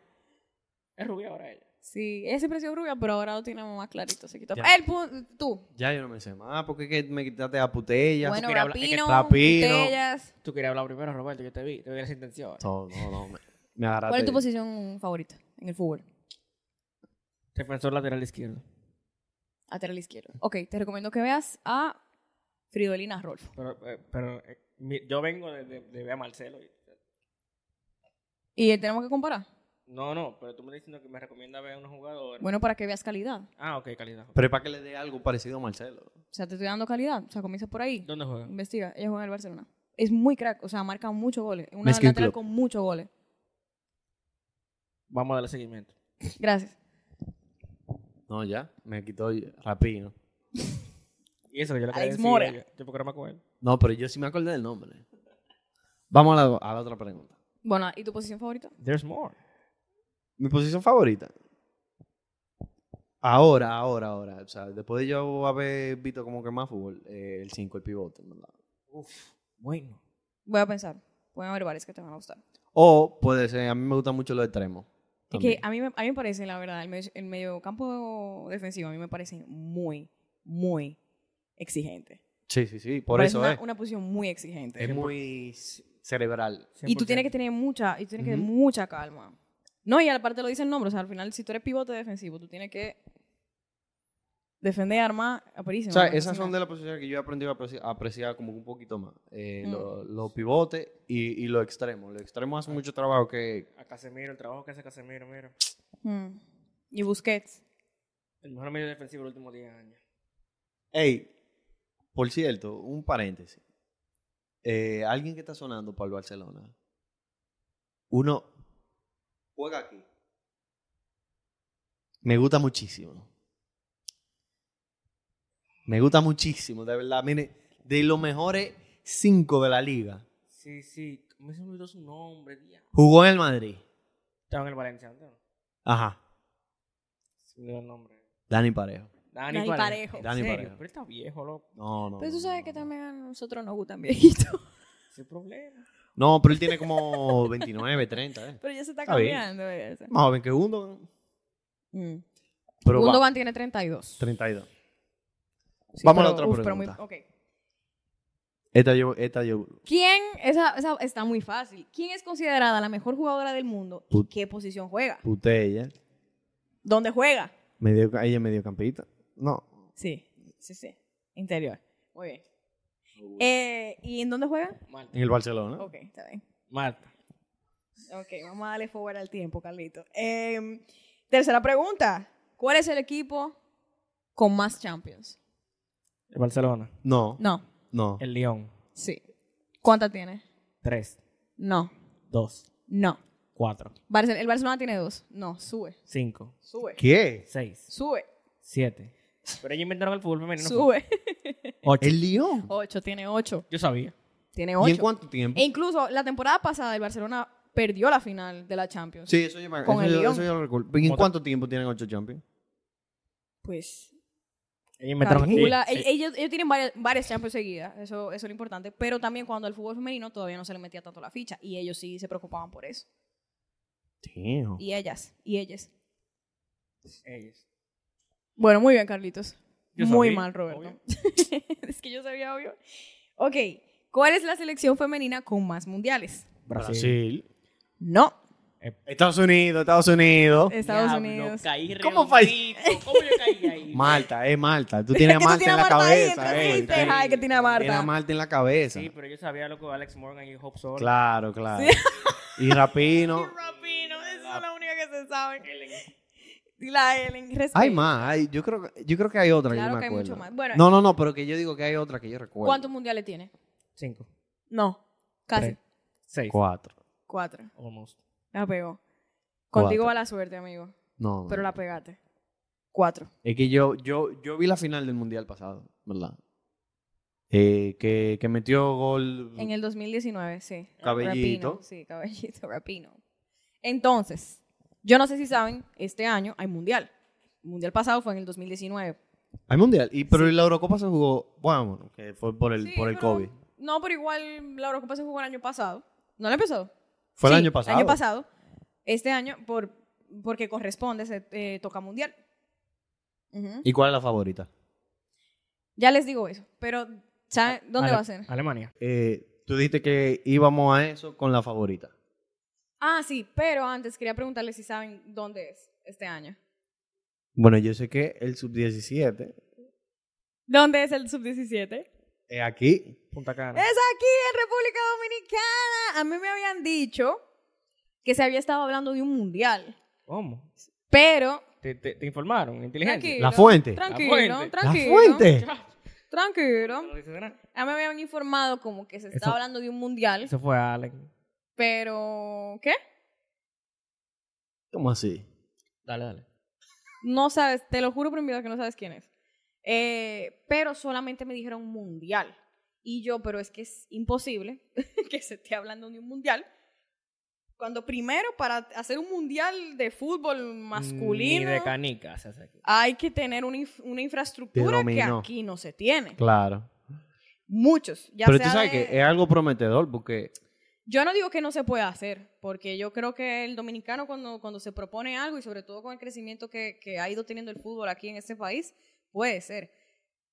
Es rubia ahora ella.
Sí, ella siempre ha sido rubia, pero ahora lo tiene más clarito. Se quitó.
Ya.
El pu- tú.
Ya yo no me sé más, porque es que me quitaste a putella.
bueno,
querías hablar- es que-
Rapino,
Rapino.
Botellas.
Tú querías hablar primero, Roberto. Yo te vi. Te vi las intenciones.
No, no, no. Me, me agarraste.
¿Cuál es tu posición favorita en el fútbol?
Defensor lateral izquierdo.
Lateral izquierdo. Ok, te recomiendo que veas a Fridolina Rolfo.
Pero, eh, pero eh, mi- yo vengo de, de, de ver a Marcelo. y-
Y eh, tenemos que comparar.
No, no, pero tú me estás diciendo que me recomienda ver a unos jugadores.
Bueno, para que veas calidad.
Ah, ok, calidad.
Pero es para que le dé algo parecido a Marcelo.
O sea, te estoy dando calidad. O sea, comienza por ahí.
¿Dónde juega?
Investiga. Ella juega en el Barcelona. Es muy crack. O sea, marca muchos goles. Una
Mezquite
lateral
Club.
con muchos goles.
Vamos a darle seguimiento.
Gracias.
No, ya. Me quitó Rapino.
Y eso que yo le quería
Alex
decir
Mora.
a ella. Yo porque no me acuerdo.
No, pero yo sí me acordé del nombre. Vamos a la, a la otra pregunta.
Bueno, ¿y tu posición favorita?
There's more.
Mi posición favorita. Ahora, ahora, ahora. O sea, después de yo haber visto como que más fútbol, eh, el 5, el pivote, en ¿verdad?
Bueno.
Voy a pensar. Voy a ver varias que te van a gustar.
O puede ser, a mí me gustan mucho los extremos.
Es que
también.
a mí, me, a mí me parece, la verdad, el, medio, el mediocampo defensivo a mí me parece muy, muy exigente.
Sí, sí, sí, por
Parece
eso
una,
es.
una posición muy exigente.
Es muy c- cerebral.
Y tú tienes que tener mucha, y tú tienes que tener mucha calma. No, y aparte lo dice el nombre, o sea, al final si tú eres pivote defensivo, tú tienes que defender armas a
O
Purísima,
sea,
no pasa
esas son de
nada.
las posiciones que yo he aprendido a apreci- a apreciar, como un poquito más. Eh,
Mm.
lo- los, pivotes y, y los extremos. Los extremos hacen mucho trabajo que...
A Casemiro, el trabajo que hace Casemiro, mira.
Mm. Y Busquets.
El mejor medio defensivo de los últimos 10 años.
Ey, por cierto, un paréntesis. Eh, Alguien que está sonando para el Barcelona. Uno... Juega aquí. Me gusta muchísimo. Me gusta muchísimo, de verdad. Mire, de los mejores cinco de la liga.
Sí, sí. Me se me olvidó su nombre, tía.
Jugó en el Madrid.
Estaba en el Valencia, ¿no?
Ajá.
Se me olvidó el nombre.
Dani Parejo.
Dani,
Dani
Parejo.
Parejo.
Dani
¿En serio?
Parejo.
Pero está viejo, loco.
No, no.
Pero tú
no,
sabes
no,
que
no.
también a nosotros nos gustan viejitos.
Sin problema.
No, pero él tiene como 29, 30, ¿eh?
Pero ya se está
Está bien.
cambiando. eso.
Más joven que Gundogan.
Mm.
Pero va,
Gundogan tiene 32.
32.
Sí,
Vamos a la otra
pero- uf, pero muy-
pregunta.
ok.
Esta yo... Esta yo...
¿Quién, esa, esa está muy fácil. ¿Quién es considerada la mejor jugadora del mundo y
Put-
qué posición juega?
Putella.
¿Dónde juega?
Medio, ella es mediocampista. No.
Sí, sí, sí. Interior. Muy bien. Eh, ¿Y en dónde juega?
Marta.
En el Barcelona.
Ok, está bien.
Marta.
Ok, vamos a darle forward al tiempo, Carlito. Em, tercera pregunta. ¿Cuál es el equipo con más champions?
El Barcelona.
No.
No,
No.
El León.
sí. ¿Cuántas tiene?
3,
No,
2,
no.
4,
Barcel- el Barcelona tiene dos. No, sube,
5,
sube,
¿Qué?
6,
sube,
7. Pero ellos inventaron el fútbol femenino.
sube.
8.
El Lyon.
Ocho, tiene ocho.
Yo sabía.
Tiene
¿Y en
ocho.
cuánto tiempo?
E incluso la temporada pasada el Barcelona perdió la final de la Champions.
Sí, eso yo me eso
Con el
yo-
Lyon.
eso yo lo recuerdo. ¿Y en
Otra.
cuánto tiempo tienen ocho champions?
Pues
Ellos inventaron
calcula.
Sí,
Ell- Ellos, ellos tienen varias, varias Champions seguidas, eso, eso es lo importante. Pero también cuando el fútbol femenino todavía no se le metía tanto la ficha y ellos sí se preocupaban por eso.
Tío.
Y ellas, y ellas.
sí, ellos.
Bueno, muy bien, Carlitos.
Yo
muy
sabía,
mal, Roberto.
obvio.
es que yo sabía, obvio. Ok, ¿cuál es la selección femenina con más mundiales? No,
Estados Unidos, Estados Unidos.
Estados
Diablo,
Unidos.
Caí
¿Cómo
¿Cómo
fallé?
¿Cómo yo caí ahí?
Malta, es Malta. Tú
Es
tienes a
que tú
Malta
tienes
en
a
la
Marta ahí,
cabeza.
entonces
eh.
dices, ay, que
Tiene
tiene a
a
Marta.
Malta en la cabeza.
Sí, pero yo sabía, loco, Alex Morgan y Hope Solo.
Claro, claro. Y Rapino.
Rapino, esa es la única que se sabe. La Ellen Respeto.
Hay más, hay- yo, creo, que- yo creo que hay otra que yo
Claro
me
que hay
acuerdo.
mucho más. Bueno,
No, no, no, pero que yo digo que hay otra que yo recuerdo.
¿cuántos mundiales tiene?
Cinco.
No, casi.
Tres. Seis.
Cuatro.
Cuatro.
Almost.
La pegó. Contigo
Cuatro.
va la suerte, amigo.
No, no,
Pero
no.
la pegaste. Cuatro.
Es que yo, yo, yo vi la final del mundial pasado, ¿verdad? Eh, que, que metió gol.
En el 2019, sí.
Mm. Cabellito.
Rapino, sí, cabellito, rapino. Entonces, yo no sé si saben, este año hay mundial. El mundial pasado fue en el 2019.
Hay mundial. Y, pero la Eurocopa se jugó. Bueno, que fue por el,
Sí,
por el
pero-
COVID.
No, pero igual la Eurocopa se jugó el año pasado. ¿No la empezó?
Fue el
Sí,
año pasado.
El año pasado. Este año, por, porque corresponde, se eh, toca mundial. Ujú.
¿Y cuál es la favorita?
Ya les digo eso, pero ¿saben dónde
Ale-
va a ser?
Alemania.
Eh, tú dijiste que íbamos a eso con la favorita.
Ah, sí, pero antes quería preguntarles si saben dónde es este año.
Bueno, yo sé que el sub-17
¿Dónde es el sub-17?
es aquí.
Punta Cana.
Es aquí en República Dominicana. A mí me habían dicho que se había estado hablando de un mundial,
¿Cómo?
pero
¿Te, te, te informaron? Inteligente.
Tranquilo.
La fuente.
tranquilo,
fuente. La
tranquilo,
La fuente.
tranquilo.
No dices nada.
A mí me habían informado como que se
Eso-
estaba hablando de un mundial,
Se fue Allen.
pero ¿qué?
¿Cómo así?
Dale, dale.
No sabes, te lo juro por mi vida que no sabes quién es. Eh, pero solamente me dijeron mundial. Y yo, pero es que es imposible que se esté hablando de un mundial. Cuando primero, para hacer un mundial de fútbol masculino,
Ni de canicas. se hace aquí.
hay que tener una, inf- una infraestructura que
dominó.
aquí no se tiene.
Claro.
Muchos. Ya
pero tú
sea
sabes
de-
que eh, es algo prometedor porque
Yo no digo que no se puede hacer, porque yo creo que el dominicano cuando, cuando se propone algo, y sobre todo con el crecimiento que, que ha ido teniendo el fútbol aquí en este país, puede ser.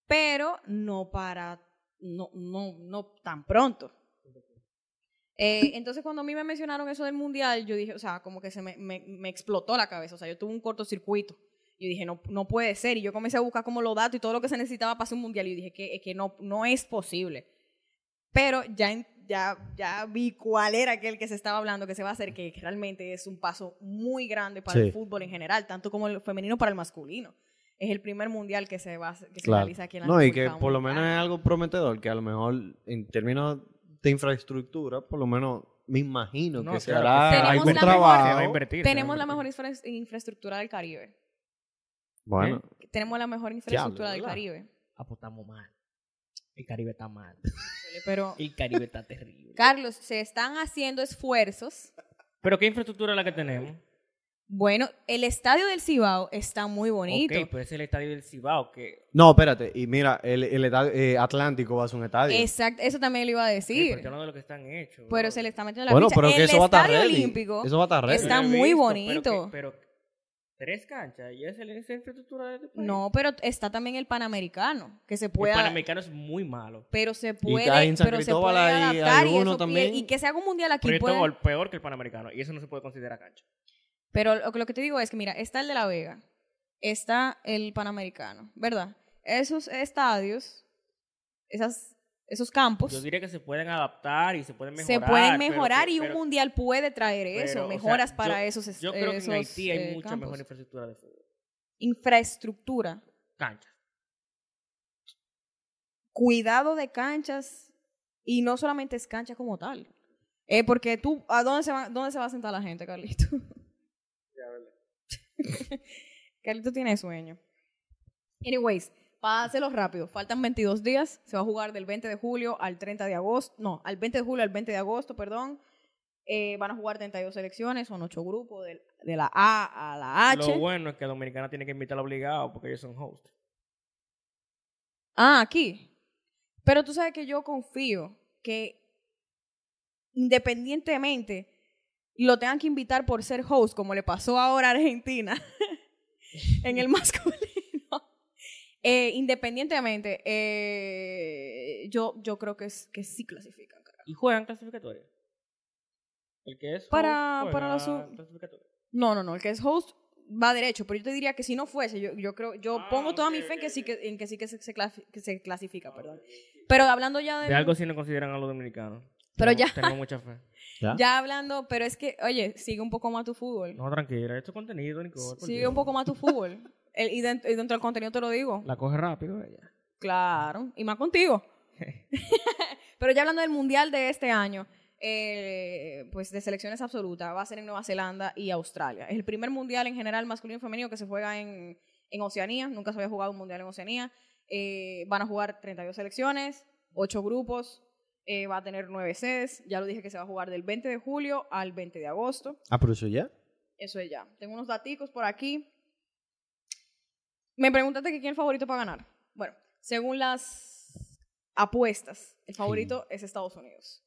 Pero no para, no, no, no tan pronto. Eh, entonces cuando a mí me mencionaron eso del mundial, yo dije, o sea, como que se me, me- me explotó la cabeza, o sea, yo tuve un cortocircuito. Yo dije, no, no puede ser. Y yo comencé a buscar como los datos y todo lo que se necesitaba para hacer un mundial. Y dije, que, que no, no es posible. Pero ya, en- ya, ya vi cuál era aquel que se estaba hablando, que se va a hacer, que realmente es un paso muy grande para
Sí.
el fútbol en general, tanto como el femenino para el masculino. Es el primer mundial que se va a hacer- que se
Claro.
realiza aquí en la
No, y que
República
por lo menos
Dominicana.
es algo prometedor, que a lo mejor en términos de infraestructura, por lo menos me imagino
No,
que se
claro,
hará
Tenemos
que Ah, sí.
algún
la
trabajo.
mejor- ¿Eh?
Se va a invertir.
Tenemos la
se va
mejor
a invertir.
infra- infraestructura del Caribe.
Bueno,
Tenemos la mejor infraestructura del
¿verdad?
Caribe.
Apostamos mal. El Caribe está mal.
Pero,
El Caribe está terrible.
Carlos, se están haciendo esfuerzos.
¿Pero qué infraestructura es la que tenemos?
Bueno, el estadio del Cibao está muy bonito.
Ok, pues es el estadio del Cibao que... eh,
no, espérate, y mira, el, el estadio- eh, Atlántico va a ser un estadio.
Exacto, eso también le iba a
Sí.
decir.
Porque hablando de lo que están hechos.
pero
bro.
se le está metiendo la
bueno,
ficha.
pero que
el
eso va a estar
estadio
ready.
olímpico.
Eso va a estar ready.
está
Lo he
muy
visto,
bonito.
Pero, que- pero tres canchas y es el- esa infraestructura de este país.
No, pero está también el Panamericano, que se puede
el Panamericano es muy malo.
pero se puede,
ahí en San
pero se
Cristóbal
puede
hay- hay
adaptar y,
uno
eso
también.
pie- y que se haga un mundial aquí.
Proyecto
puede-
gol peor que el Panamericano y eso no se puede considerar cancha.
Pero lo, lo que te digo es que, mira, está el de La Vega, está el Panamericano, ¿verdad? Esos estadios, esas, esos campos,
Yo diría que se pueden adaptar y se pueden mejorar.
Pues se pueden
pero
mejorar
que-
y un
pero-
mundial puede traer
pero, o
eso,
sea,
mejoras
yo-
para esos es-
Yo creo que en
esos,
Haití hay
eh,
mucha
campos.
mejor infraestructura de fútbol.
Infraestructura,
Cancha.
cuidado de canchas y no solamente es cancha como tal. Eh, porque tú, ¿a dónde se, va, dónde se va a sentar la gente, Carlito? Carlito tiene sueño. Anyways, para hacerlo rápido, faltan 22 días. Se va a jugar del 20 de julio al 30 de agosto. No, al 20 de julio al 20 de agosto, perdón. Eh, van a jugar 32 selecciones, son 8 grupos, del- de, la A a la H.
Lo bueno es que Dominicana tiene que invitar obligado porque ellos son host.
Ah, aquí. Pero tú sabes que yo confío que independientemente lo tengan que invitar por ser host, como le pasó ahora a Argentina en el masculino. Eh, independientemente, eh, yo, yo creo que, es- que sí clasifican. carajo.
Y juegan clasificatoria. El que es
Para-
host
para la
juega
sub-
clasificatoria.
No, no, no, el que es host va derecho, pero yo te diría que si no fuese, yo, yo creo, yo
Ah,
pongo toda
ok,
mi fe en
ok,
que sí
ok.
que, en que sí que se, se clasi- que se clasifica, perdón. Pero hablando ya de...
De algo sí no consideran a los dominicanos.
Pero
Tengo-
ya,
Tengo mucha fe.
ya hablando, pero es que, oye, sigue un poco más tu fútbol.
¿Ah? No, tranquila, esto es contenido, Nicole. por
sigue
Dios.
un poco más tu fútbol. El- y, dent- y dentro del contenido te lo digo.
La coge rápido ella.
Claro, y más contigo. Pero ya hablando del mundial de este año, eh, pues de selecciones absolutas, va a ser en Nueva Zelanda y Australia. Es el primer mundial en general masculino y femenino que se juega en, en Oceanía. Nunca se había jugado un mundial en Oceanía. Eh, van a jugar 32 selecciones, 8 grupos, eh, va a tener 9 sedes. Ya lo dije que se va a jugar del 20 de julio al 20 de agosto.
Ah, pero eso ya.
Eso es ya. Tengo unos daticos por aquí. Me preguntaste que quién es el favorito para ganar. Bueno, según las apuestas, el favorito es Estados Unidos.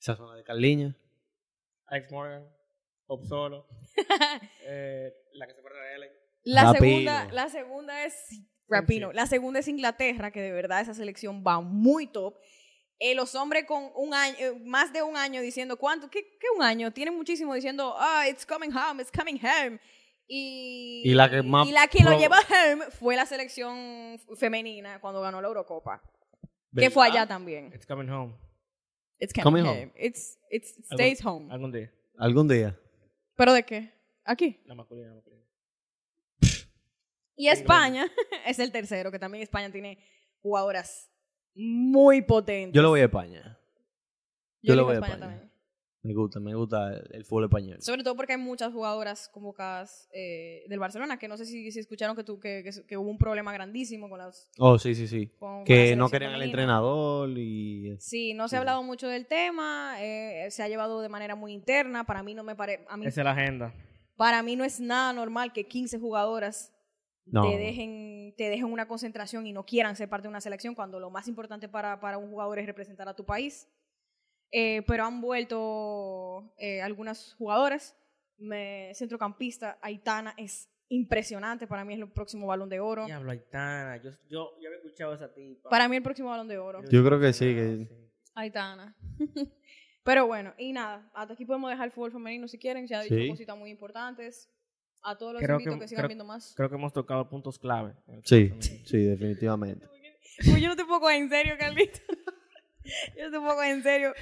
Esa zona de Carliña.
Alex Morgan, Pop Solo, eh, la que se pone de Ellen.
La
Rapino.
segunda, la segunda es Rapino. La segunda es Inglaterra, que de verdad esa selección va muy top. Eh, los hombres con un año, eh, más de un año diciendo, ¿cuánto? ¿Qué, qué un año? Tienen muchísimo diciendo, ah, it's coming home, it's coming home. Y,
Y la que más
y la que lo
pro-
lleva home fue la selección femenina cuando ganó la Eurocopa. Que fue allá también.
It's coming home.
It's coming,
ah. Coming
home.
home.
It's, it's- it stays home.
Algún día.
Algún día.
¿Pero de qué? Aquí.
La masculina, la masculina.
Y España es el tercero, que también España tiene jugadoras muy potentes.
Yo le voy a España. yo le
digo
voy a España. Me gusta, me gusta el, el fútbol español.
Sobre todo porque hay muchas jugadoras convocadas eh, del Barcelona, que no sé si, si escucharon que, tú, que, que- que hubo un problema grandísimo con las...
Oh, sí, sí, sí.
con- con la
Que
selección
no querían al
femenina.
entrenador y...
Sí, no se ha
Sí.
hablado mucho del tema, eh, se ha llevado de manera muy interna, para mí no me parece...
Esa es la agenda.
Para mí no es nada normal que 15 jugadoras
No.
te, dejen, te dejen una concentración y no quieran ser parte de una selección cuando lo más importante para, para un jugador es representar a tu país. Eh, pero han vuelto eh, algunas jugadoras. Me, centrocampista Aitana es impresionante. Para mí es el próximo balón de oro.
Diablo, Aitana. Yo, yo, yo había escuchado a esa tipa.
Para mí el próximo balón de oro.
Yo creo que sí, que-
Aitana. Pero bueno, y nada, hasta aquí podemos dejar el fútbol femenino si quieren. Se ha dicho
Sí.
cositas muy importantes. A todos los
Creo
invito
que-
que, sigan
creo-
viendo más.
Creo que hemos tocado puntos clave. en el
Sí,
fútbol femenino.
sí, definitivamente.
Pues yo no te pongo en serio, Carlito. Yo no te pongo en serio.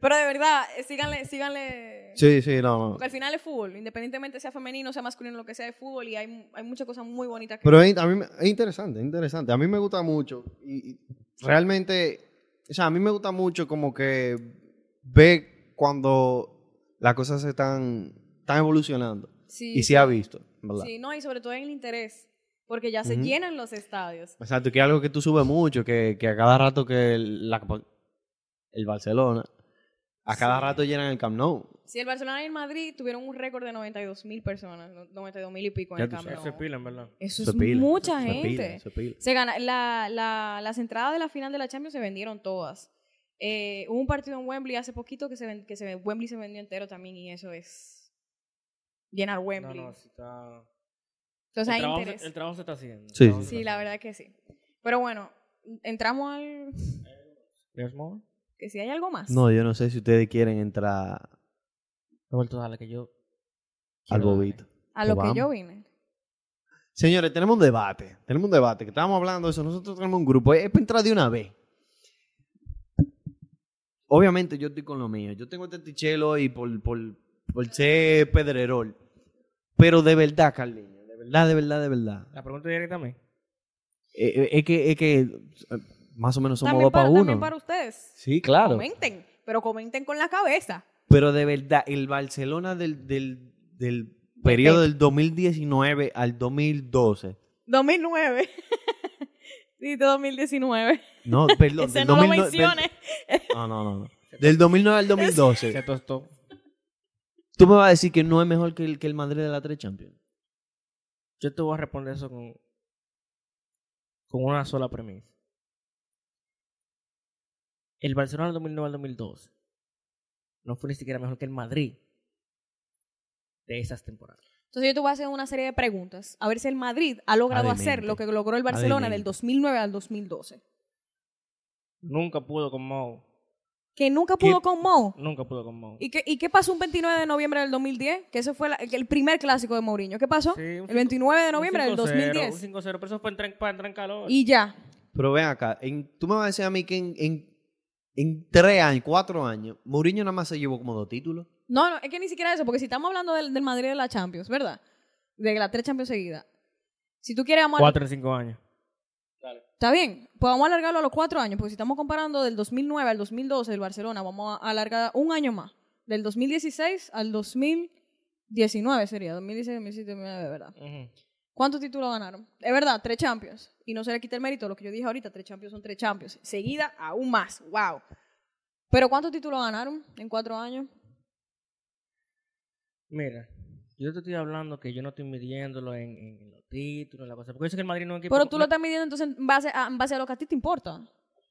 Pero de verdad, eh, síganle, síganle.
Sí, sí, no, no.
Porque al final es fútbol, independientemente sea femenino, sea masculino, lo que sea, es fútbol y hay, hay muchas cosas muy bonitas que
Pero es, a mí me- es interesante, es interesante. A mí me gusta mucho. Y, y realmente, o sea, a mí me gusta mucho como que ver cuando las cosas se están, están evolucionando.
sí,
Y se ha visto, ¿verdad?
sí, no, y sobre todo en el interés, porque ya se
Ujú.
llenan los estadios.
O sea, tú que es algo que tú subes mucho, que, que a cada rato que el, la- el Barcelona, a cada rato llenan el Camp Nou.
Si el Barcelona y el Madrid tuvieron un récord de 92 mil personas, no, 92 mil y pico en
Ya
el
tú
Camp
sabes.
Eso es
Nou.
pila, en verdad.
Eso
Se
es
pila,
mucha
se pila,
gente.
se pila.
Se gana, la, la- las entradas de la final de la Champions se vendieron todas. Eh, hubo un partido en Wembley hace poquito que, se ven- que se, ven- Wembley se vendió entero también y eso es llenar
No,
Wembley.
no, sí está...
Entonces
el,
hay
trabajo,
interés.
se- el trabajo se está haciendo. el
Sí,
trabajo
sí.
se
Sí,
está
la verdad que sí. Pero bueno, entramos al...
haciendo. ¿There's more?
Que si hay algo más.
No, yo no sé si ustedes quieren entrar
Roberto, dale, que yo...
al
quiero darle.
bobito.
a lo
Obama.
que yo vine.
Señores, tenemos un debate. Tenemos un debate que estábamos hablando de eso. Nosotros tenemos un grupo. Es para entrar de una vez. Obviamente yo estoy con lo mío. Yo tengo este tichelo y por, por, por ser pedrerol. Pero de verdad, Carliño. De verdad, de verdad, de verdad.
La pregunta directa a mí.
Eh, eh, Es que, es que eh, más o menos somos
También
dos para,
para,
uno.
también para ustedes.
Sí, claro.
Comenten, pero comenten con la cabeza.
Pero de verdad, el Barcelona del, del, del periodo del 2019 al 2012.
2009. Dito 2019.
No, perdón.
Ese
del
no lo
2009
menciones.
No, no, no. no. Del 2009 al 2012.
Se tostó.
Tú me vas a decir que no es mejor que el, que el Madrid de la 3 Champions.
Yo te voy a responder eso con... Con una sola premisa. El Barcelona del 2009 al 2012 no fue ni siquiera mejor que el Madrid de esas temporadas.
Entonces yo te voy a hacer una serie de preguntas. A ver si el Madrid ha logrado
Adelante.
hacer lo que logró el Barcelona del
Adelante.
2009 al 2012.
Nunca pudo con Mou.
Que nunca pudo
¿Qué?
con Mo.
Nunca pudo con Mou.
¿Y qué, ¿Y qué pasó un 29 de noviembre del 2010? Que ese fue la- el primer clásico de Mourinho. ¿Qué pasó?
Sí, un
el
cinco-
29 de noviembre del
Un 5-0,
2010.
Un 5-0, pero eso fue en tren- para entrar en calor.
Y ya.
Pero ven acá, en- tú me vas a decir a mí que en, en- en tres años, cuatro años, Mourinho nada más se llevó como dos títulos.
No, no, es que ni siquiera eso, porque si estamos hablando del, del Madrid de la Champions, ¿verdad? De las tres Champions seguidas. Si tú quieres, vamos a-
Cuatro o cinco años.
Está bien, pues vamos a alargarlo a los cuatro años, porque si estamos comparando del 2009 al 2012 del Barcelona, vamos a alargar un año más. Del 2016 al 2019 sería, 2016, 2017, 2019, ¿verdad? ¿Cuántos títulos ganaron? Es verdad, tres Champions. Y no se le quita el mérito, lo que yo dije ahorita, tres Champions son tres Champions. Seguida, aún más, wow. Pero ¿cuántos títulos ganaron en cuatro años?
Mira, yo te estoy hablando que yo no estoy midiéndolo en, en- en los títulos, en la cosa. Porque yo sé que el Madrid no es un equipo.
Pero tú
no-
lo estás midiendo entonces en base a, en base a lo que a ti te importa,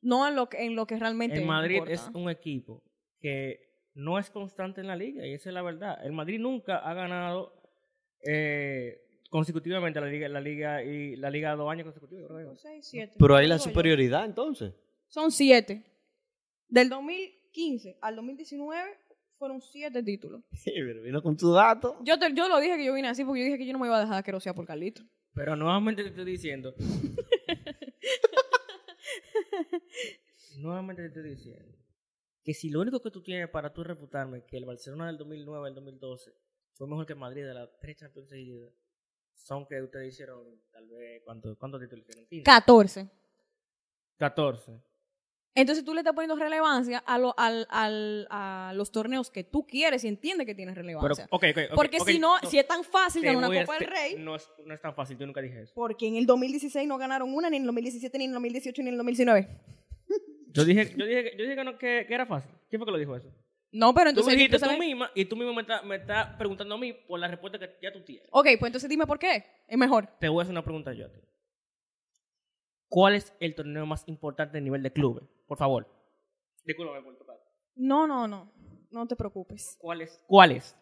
no en lo que, en lo que realmente
El Madrid
importa.
es un equipo que no es constante en la liga, y esa es la verdad. El Madrid nunca ha ganado eh, consecutivamente la liga, la liga y la liga dos años consecutivos. creo.
Seis, siete.
Pero ahí la
Digo yo.
superioridad entonces.
Son siete. Del 2015 al 2019 fueron siete títulos.
Pero vino con tu dato.
Yo, te- yo lo dije que yo vine así porque yo dije que yo no me iba a dejar querosear por Carlito.
Pero nuevamente te estoy diciendo. nuevamente te estoy diciendo. Que si lo único que tú tienes para tú refutarme que el Barcelona del 2009 al 2012 fue mejor que el Madrid de las tres Champions seguidas, son que ustedes hicieron tal vez, ¿cuántos cuántos títulos hicieron? 15.
14.
14.
Entonces tú le estás poniendo relevancia a, lo- al- al- a los torneos que tú quieres y entiendes que tienes
Pero,
relevancia.
ok, ok, ok,
porque
ok,
si no,
no,
si es tan fácil
te
ganar una
voy a-
Copa del
te-
Rey,
No es, no es tan fácil, yo nunca dije eso.
porque en el 2016 no ganaron una, ni en el 2017, ni en el 2018, ni en el 2019.
Yo dije, yo dije, yo dije que, no- que- que era fácil. ¿Quién fue que lo dijo eso?
No, pero
Tú
entonces...
me
¿tú
dijiste tú
sabes?
misma y tú mismo me estás me estás preguntando a mí por la respuesta que ya tú tienes.
Ok, pues entonces dime por qué. Es mejor.
Te voy a hacer una pregunta yo a ti. ¿Cuál es el torneo más importante a nivel de clubes? Por favor. Disculpa, por tocar.
No, no, no. No te preocupes.
¿Cuál es? ¿Cuál es?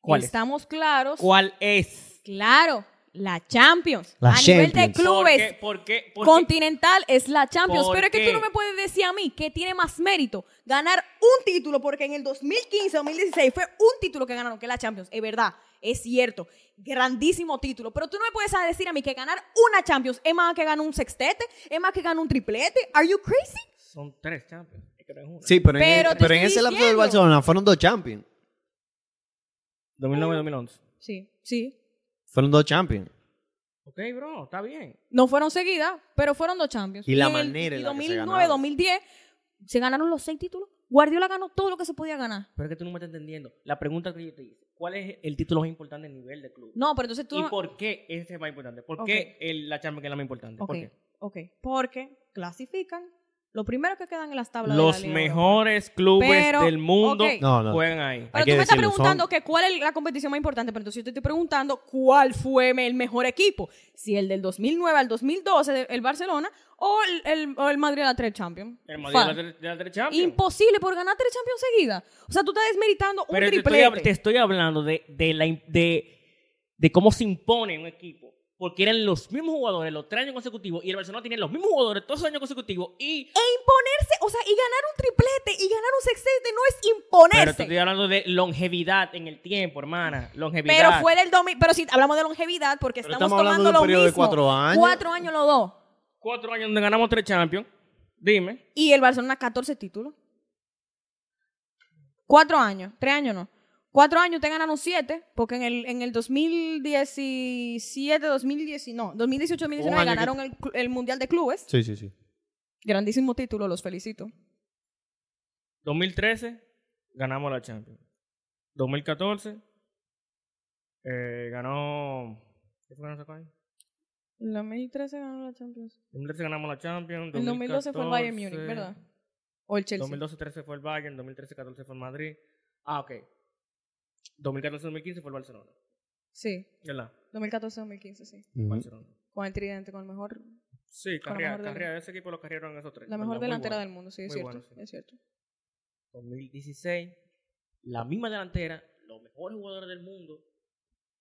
¿Cuál es?
Estamos claros.
¿Cuál es?
Claro, la Champions.
La
a nivel de
Champions.
clubes.
¿Por qué? ¿Por qué? ¿Por qué?
Continental es la Champions.
¿Por
Pero es que
qué?
tú no me puedes decir a mí que tiene más mérito ganar un título, porque en el 2015-2016 fue un título que ganaron, que es la Champions. Es verdad, es cierto. Grandísimo título. Pero tú no me puedes decir a mí que ganar una Champions es más que ganar un sextete, es más que ganar un triplete. ¿Are you crazy?
Son tres champions. Es que no es una.
Sí, pero, en,
Pero
el-
te
pero en
estoy
ese lapso del
diciendo.
Barcelona fueron dos champions.
2009 2011.
Sí, sí.
Fueron dos champions.
Ok, bro, está bien.
No fueron seguidas, pero fueron dos Champions.
Y la
en el-
manera en
y
la que se
2009,
ganaron.
2010 se ganaron los seis títulos. Guardiola ganó todo lo que se podía ganar.
Pero es que tú no me estás entendiendo. La pregunta que yo te hice, ¿cuál es el título más importante a nivel de club?
No, pero entonces tú
¿Y
no-
por qué ese es el más importante? ¿Por
Ok.
qué el- la Champions es la más importante?
Ok,
¿Por qué?
ok. Porque clasifican lo primero que quedan en las tablas
Los
de la Liga
mejores clubes
Pero,
del mundo
ok.
No, no.
juegan ahí.
Pero
Hay
tú
que
me estás
decirlo, son-
preguntando que cuál es la competición más importante, pero entonces yo te estoy preguntando cuál fue el mejor equipo, si el del 2009 al 2012 de- el Barcelona o el, el- o el Madrid a la tres Champions.
El
Fan.
Madrid de la- de la tres Champions.
Imposible por ganar tres Champions seguidas. O sea, tú estás desmeritando
Pero
un
te estoy, hab-
triplete.
te estoy hablando de, de, la, im- de, de cómo se impone un equipo. Porque eran los mismos jugadores los tres años consecutivos y el Barcelona tenía los mismos jugadores todos los años consecutivos y...
E imponerse, o sea, y ganar un triplete y ganar un sextete no es
Pero
imponerse.
te estoy hablando de longevidad en el tiempo, hermana. Longevidad.
Pero fue del 2000, pero si hablamos de longevidad porque
Pero
estamos,
estamos hablando de
tomando
un
lo
periodo de
mismo.
cuatro años.
Cuatro años los dos.
Cuatro años donde ganamos tres Champions. Dime.
Y el Barcelona 14 títulos. Cuatro años, tres años no. Cuatro años te ganaron siete, porque en el, en el 2017, 2019, no, 2018, 2019
Un año que-
ganaron el, cl- el Mundial de Clubes.
Sí, sí, sí.
Grandísimo título, los felicito.
2013 ganamos la Champions. 2014 eh, ganó. ¿Qué fue que nos sacó ahí?
En 2013 ganó la Champions.
2013 ganamos la Champions.
En 2012 fue el Bayern Múnich,
2014,
¿verdad? O el Chelsea.
2012-13 fue el Bayern, 2013-14 fue el Madrid. Ah, ok. 2014-2015 fue el Barcelona.
Sí,
¿Verdad?
2014-2015, sí.
Barcelona.
Con el tridente, con el mejor
Sí,
Con la
carrera,
mejor del-
carrera, ese equipo lo carrieron esos tres.
La mejor
¿verdad? Muy
delantera
bueno.
del mundo, sí, es
Muy
cierto,
bueno, sí.
es cierto.
2016, la misma delantera, los mejores jugadores del mundo.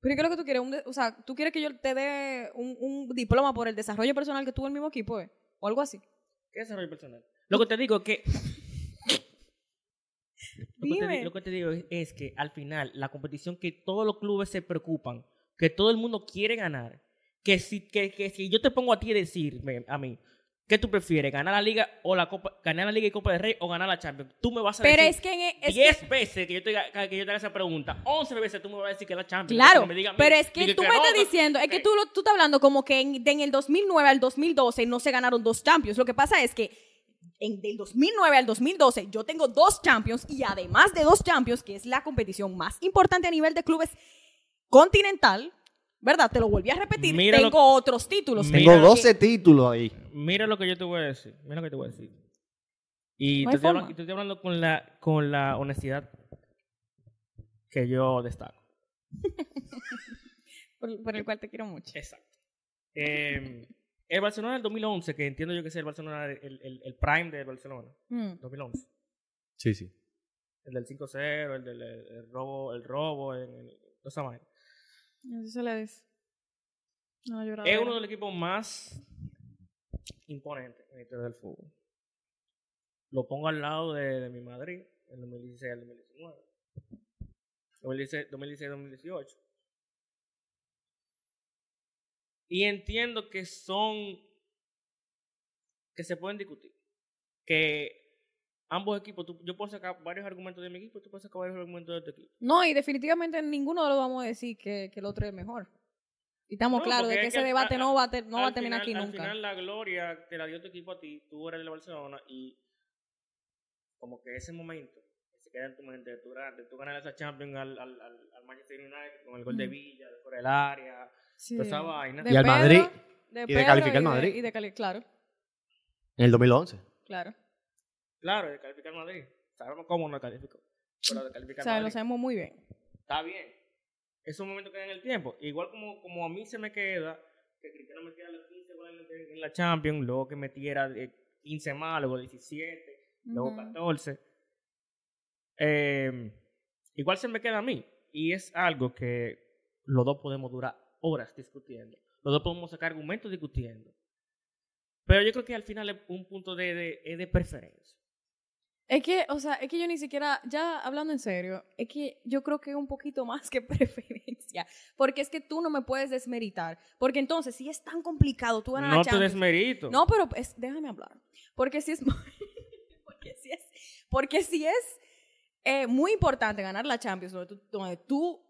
Pero ¿qué es lo que tú quieres? Un de- o sea, ¿tú quieres que yo te dé un, un diploma por el desarrollo personal que tuvo el mismo equipo, eh? O algo así.
¿Qué desarrollo personal? Lo que te digo es que Lo que, te, di-
Dime.
lo que te digo es, es que al final la competición que todos los clubes se preocupan, que todo el mundo quiere ganar, que si, que, que si yo te pongo a ti a decirme, a mí, ¿Qué tú prefieres? ¿Ganar la Liga o la Copa? ¿Ganar la Liga y Copa del Rey o ganar la Champions? Tú me vas a
Pero
decir
es que... En, e- es
10
que-
veces que yo, te, haga- que yo te haga esa pregunta, 11 veces tú me vas a decir que es la Champions.
Claro,
Que me diga a mí,
pero es que
dije
tú me
no,
estás
no,
diciendo, es que
ok.
tú, lo- tú estás hablando como que en, de en el 2009 al 2012 no se ganaron dos Champions. Lo que pasa es que en, del 2009 al 2012 yo tengo dos Champions y además de dos Champions, que es la competición más importante a nivel de clubes continental, ¿verdad? Te lo volví a repetir,
Mira lo-
tengo otros títulos.
Mira
Tengo
lo que-
12 títulos ahí.
Mira lo que yo te voy a decir. Mira lo que te voy a decir. Y
No
te
hay
estoy, hablando,
forma.
y te estoy hablando con la, con la honestidad que yo destaco.
por,
Eh,
por el cual te quiero mucho.
Exacto. Eh, el Barcelona del 2011, que entiendo yo que es el Barcelona, el, el, el prime del Barcelona,
Mm.
2011.
Sí, sí.
El del 5-0, el del el- el robo, el robo, en el, toda esa vaina.
Así se le dice. No, lloraba.
Es uno de los equipos más imponentes en la historia del fútbol. Lo pongo al lado de, de mi Madrid, el 2016 al 2019. 2016, 2016 2018. Y entiendo que son. que se pueden discutir. Que ambos equipos, tú- yo puedo sacar varios argumentos de mi equipo, tú puedes sacar varios argumentos de tu equipo.
No, y definitivamente ninguno de los vamos a decir que, que el otro es mejor. Y estamos
No,
claros de
porque
que
es
ese
que al-
debate
a-
no va a, ter- no va a
Al
terminar
final-
aquí nunca.
Al final la gloria te la dio tu equipo a ti, tú eres el Barcelona y como que ese momento que se queda en tu mente de tú, ganar- de tú ganar esa Champions al, al, al, al Manchester United con el gol de
Mm.
Villa, de fuera del área,
Sí.
toda esa vaina.
De
Y al Madrid.
de
Y de calificar al Madrid.
Y de cali- claro,
En el 2011.
claro.
Claro, de calificar Madrid. Sabemos cómo no calificó, pero de calificar
O sea, lo
Madrid.
sabemos muy bien.
Está bien. Es un momento que queda en el tiempo. Igual como, como a mí se me queda que Cristiano metiera los 15 goles en- en la Champions, luego que metiera eh, 15 más, luego 17. luego
Ujú.
14. Eh, igual se me queda a mí. Y es algo que los dos podemos durar horas discutiendo. Los dos podemos sacar argumentos discutiendo. Pero yo creo que al final es un punto de, de, es de preferencia.
Es que, o sea, es que yo ni siquiera, ya hablando en serio,
Es que yo creo que es un poquito más que preferencia. Porque es que tú no me puedes desmeritar. Porque entonces, si es tan complicado, tú ganas la
No te
Champions.
desmerito.
No, pero es- déjame hablar. Porque si es, porque si es, porque si es eh, muy importante ganar la Champions, donde tú, donde tú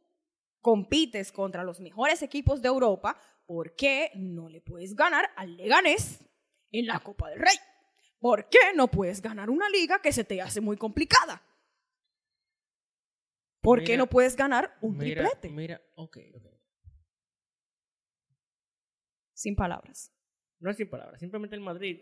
compites contra los mejores equipos de Europa, ¿por qué no le puedes ganar al Leganés en la Copa del Rey? ¿Por qué no puedes ganar una liga que se te hace muy complicada? ¿Por qué
Mira,
no puedes ganar un
mira,
triplete?
mira, ok, ok.
Sin palabras.
No es sin palabras. Simplemente el Madrid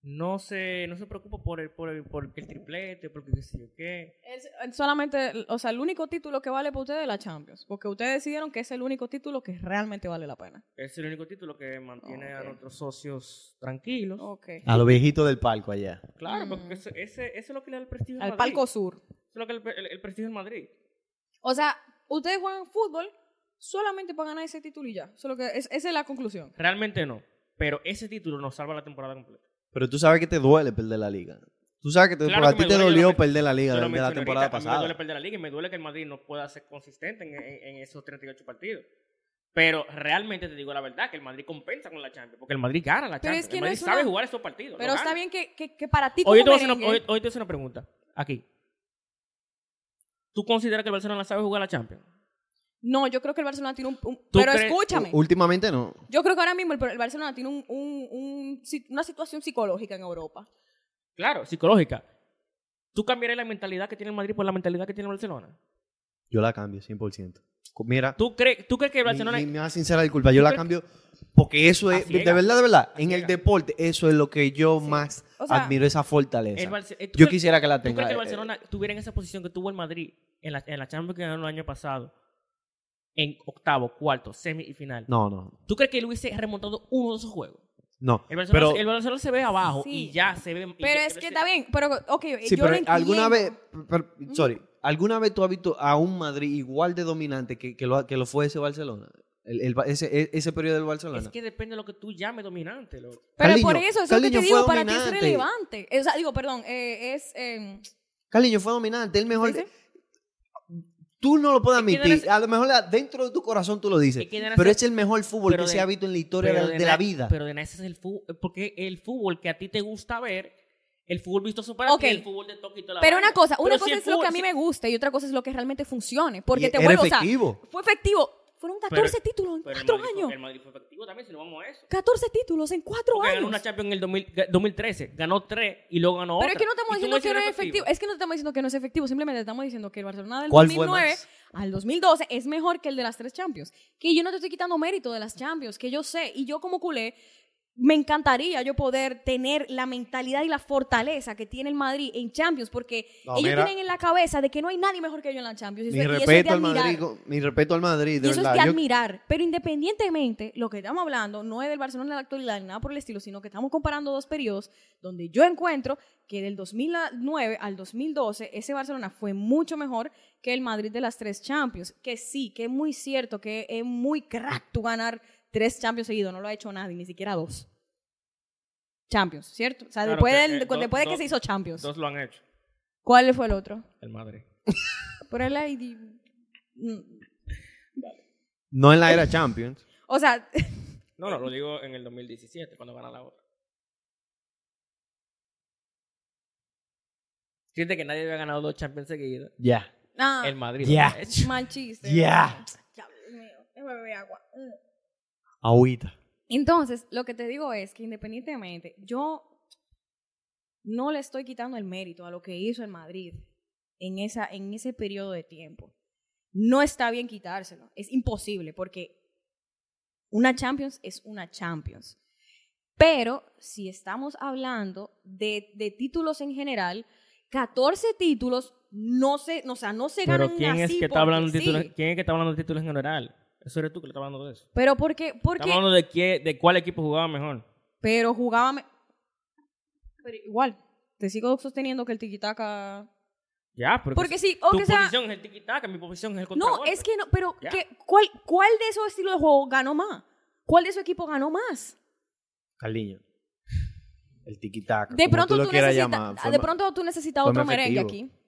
no se, no se preocupa por el, por el, por el triplete, porque qué sé yo qué.
es es solamente, o sea, el único título que vale para ustedes es la Champions, porque ustedes decidieron que es el único título que realmente vale la pena.
Es el único título que mantiene
Ok.
a nuestros socios tranquilos.
Ok.
A los viejitos del palco allá.
Claro,
Mm.
porque eso, ese, eso es lo que le da el prestigio al
Al
Madrid.
Palco Sur.
Eso es lo que le- el, el prestigio al Madrid.
O sea, ustedes juegan fútbol solamente para ganar ese título y ya. Eso es lo que, es, esa es la conclusión.
Realmente no. Pero ese título nos salva la temporada completa.
Pero tú sabes que te duele perder la liga. Tú sabes que te,
Claro
por
que
a ti
me
te
duele, yo
dolió
lo men-
perder la liga
Yo
de, de
lo
la
mencioné
temporada
ahorita, a mí
pasada.
Me duele perder la liga y me duele que el Madrid no pueda ser consistente en, en- en esos 38 partidos. Pero realmente te digo la verdad que el Madrid compensa con la Champions. Porque el Madrid gana la
Pero
Champions.
es que
el
no
Madrid
es
sabe
una-
jugar esos partidos.
Pero
los
está
gana.
bien que, que, que para ti como
Oye, te voy a hacer una,
merengue-
hoy- hoy te voy a hacer una pregunta. Aquí. ¿Tú consideras que el Barcelona sabe jugar la Champions?
No, yo creo que el Barcelona tiene un... un- pero
crees-
escúchame.
U- Últimamente no.
Yo creo que ahora mismo el, el Barcelona tiene un, un- un si- una situación psicológica en Europa.
Claro, psicológica. ¿Tú cambiarías la mentalidad que tiene el Madrid por la mentalidad que tiene el Barcelona?
Yo la cambio 100%. Co- Mira,
¿Tú, crees ¿tú crees que el
mi,
Barcelona...
mi más sincera disculpa, yo
¿Tú
la
crees
cambio porque eso
A
es, de
ciegas.
verdad, de verdad,
A
en el
ciegas.
deporte, eso es lo que yo más
O sea,
admiro, esa fortaleza.
El Barce- eh, ¿tú
yo
crees-
quisiera que la
¿Tú
tenga.
crees que el
eh,
Barcelona estuviera en esa posición que tuvo el Madrid en la, en la Champions que ganó el año pasado? En octavo, cuarto, semi y final.
no, no,
¿Tú crees que él hubiese remontado uno de esos juegos?
no.
El Barcelona,
pero
el Barcelona se ve abajo
Sí.
y ya se ve... y
Pero
ya-
es que
se-
está bien, pero ok,
Sí,
Eh, yo lo
pero
entiendo.
alguna vez, per- per- sorry, ¿alguna vez tú has visto a un Madrid igual de dominante que, que lo, que lo fue ese Barcelona? El- el- ese, e- ese periodo del Barcelona.
Es que depende de lo que tú llames dominante. loco.
Pero
Carliño,
por eso, eso es lo que
Carliño
te
fue
digo, para ti es
dominante.
relevante. O sea, digo, perdón, eh, es... eh,
Caliño fue dominante, el mejor.
Sí,
de- Tú no lo puedes
que
admitir.
de
A lo mejor la- dentro de tu corazón tú lo dices.
Es que de
Pero
la-
es el mejor fútbol
pero
que
de-
se ha visto en la historia
Pero
de,
de
de la vida.
Pero de nada, ese es el fútbol. Porque el fútbol que a ti te gusta ver, el fútbol visto para
Ok.
ti, el fútbol de toque y toda la
Pero
vaina.
una cosa, una
Pero si
cosa
el
es lo
fútbol-
que a mí
si-
me gusta y otra cosa es lo que realmente funcione. Porque
Y
te
era
vuelvo,
efectivo.
o sea, fue efectivo. Fueron 14
Pero-
títulos en
pero el
4
Madrid fue-
años.
El Madrid fue efectivo también, si nos vamos a eso.
14 títulos en 4
Porque ganó
años.
una Champions en el 2000 ga- 2013, ganó tres y luego ganó
Pero es
otra.
que no estamos
Y tú
diciendo
me
que no
dices
es efectivo. Es que no estamos diciendo que no es efectivo. Simplemente estamos diciendo que el Barcelona del
¿Cuál fue
2009
más?
al 2012 es mejor que el de las tres Champions. Que yo no te estoy quitando mérito de las Champions, que yo sé. Y yo como culé, me encantaría yo poder tener la mentalidad y la fortaleza que tiene el Madrid en Champions. Porque
No,
ellos
mira.
tienen en la cabeza de que no hay nadie mejor que yo en la Champions. Y
Ni
eso, y eso es de
respeto al
admirar.
Madrid, ni respeto al Madrid, de
Y eso
verdad.
es de
Yo-
admirar. Pero independientemente, lo que estamos hablando no es del Barcelona de la actualidad ni nada por el estilo, sino que estamos comparando dos periodos donde yo encuentro que del 2009 al 2012 ese Barcelona fue mucho mejor que el Madrid de las tres Champions. Que sí, que es muy cierto, que es muy crack tú ganar tres Champions seguidos. No lo ha hecho nadie, ni siquiera dos. Champions, ¿cierto? O sea,
Claro
después,
que,
del-
eh,
cu-
dos-
después de que
dos-
se hizo Champions.
Dos lo han hecho,
¿Cuál fue el otro?
el Madrid.
Por el ID. Mm,
No en la era Champions.
O sea,
No, no, lo digo en el 2017, cuando gana la otra. Siente que nadie había ganado dos Champions seguidas.
Ya.
ah,
El Madrid
Ya.
lo ha hecho.
mal chiste.
Ya.
Ya, Dios mío, déjame beber agua. Mm.
Agüita.
Entonces, lo que te digo es que independientemente, yo no le estoy quitando el mérito a lo que hizo el Madrid en, esa, en ese periodo de tiempo. No está bien quitárselo, es imposible porque una Champions es una Champions. Pero si estamos hablando de, de títulos en general, 14 títulos no se, o sea, no se
Pero
ganan
¿quién es
así
que está hablando de
porque
títulos?
sí.
¿Quién es que está hablando de títulos en general? Eso eres tú que le estás hablando de eso.
Pero porque, porque
Estamos hablando de, qué, de cuál equipo jugaba mejor.
Pero jugaba. me- Pero igual, te sigo sosteniendo que el tiquitaca.
Ya, porque,
Porque
si-
sí,
pues
o
tu
que sea.
posición es el tiki-taka, mi posición es el
No,
contragolpe.
es que no, pero
Ya.
que, ¿cuál, ¿cuál de esos estilos de juego ganó más? ¿Cuál de esos equipos ganó más?
Carliño. El tiquitaca.
De
como
pronto
tú
tú,
lo quieras
necesitas- ah,
llamar. fue
de
ma-
pronto tú necesitas
fue
otro
más
merengue
efectivo.
aquí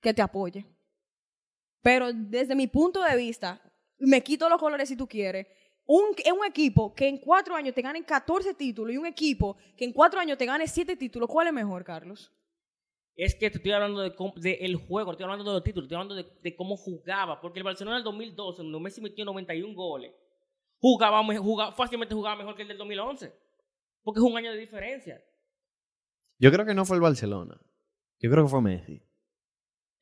que te apoye. Pero desde mi punto de vista, me quito los colores si tú quieres. Un, es un equipo que en cuatro años te gane 14 títulos y un equipo que en cuatro años te gane 7 títulos. ¿Cuál es mejor, Carlos?
Es que te estoy hablando de, cómo- de el juego, no estoy hablando de los títulos, estoy hablando de, de cómo jugaba. Porque el Barcelona del 2012, donde Messi metió 91 goles, jugaba, me- jugaba- fácilmente jugaba mejor que el del 2011. Porque es un año de diferencia.
Yo creo que no fue el Barcelona. Yo creo que fue Messi.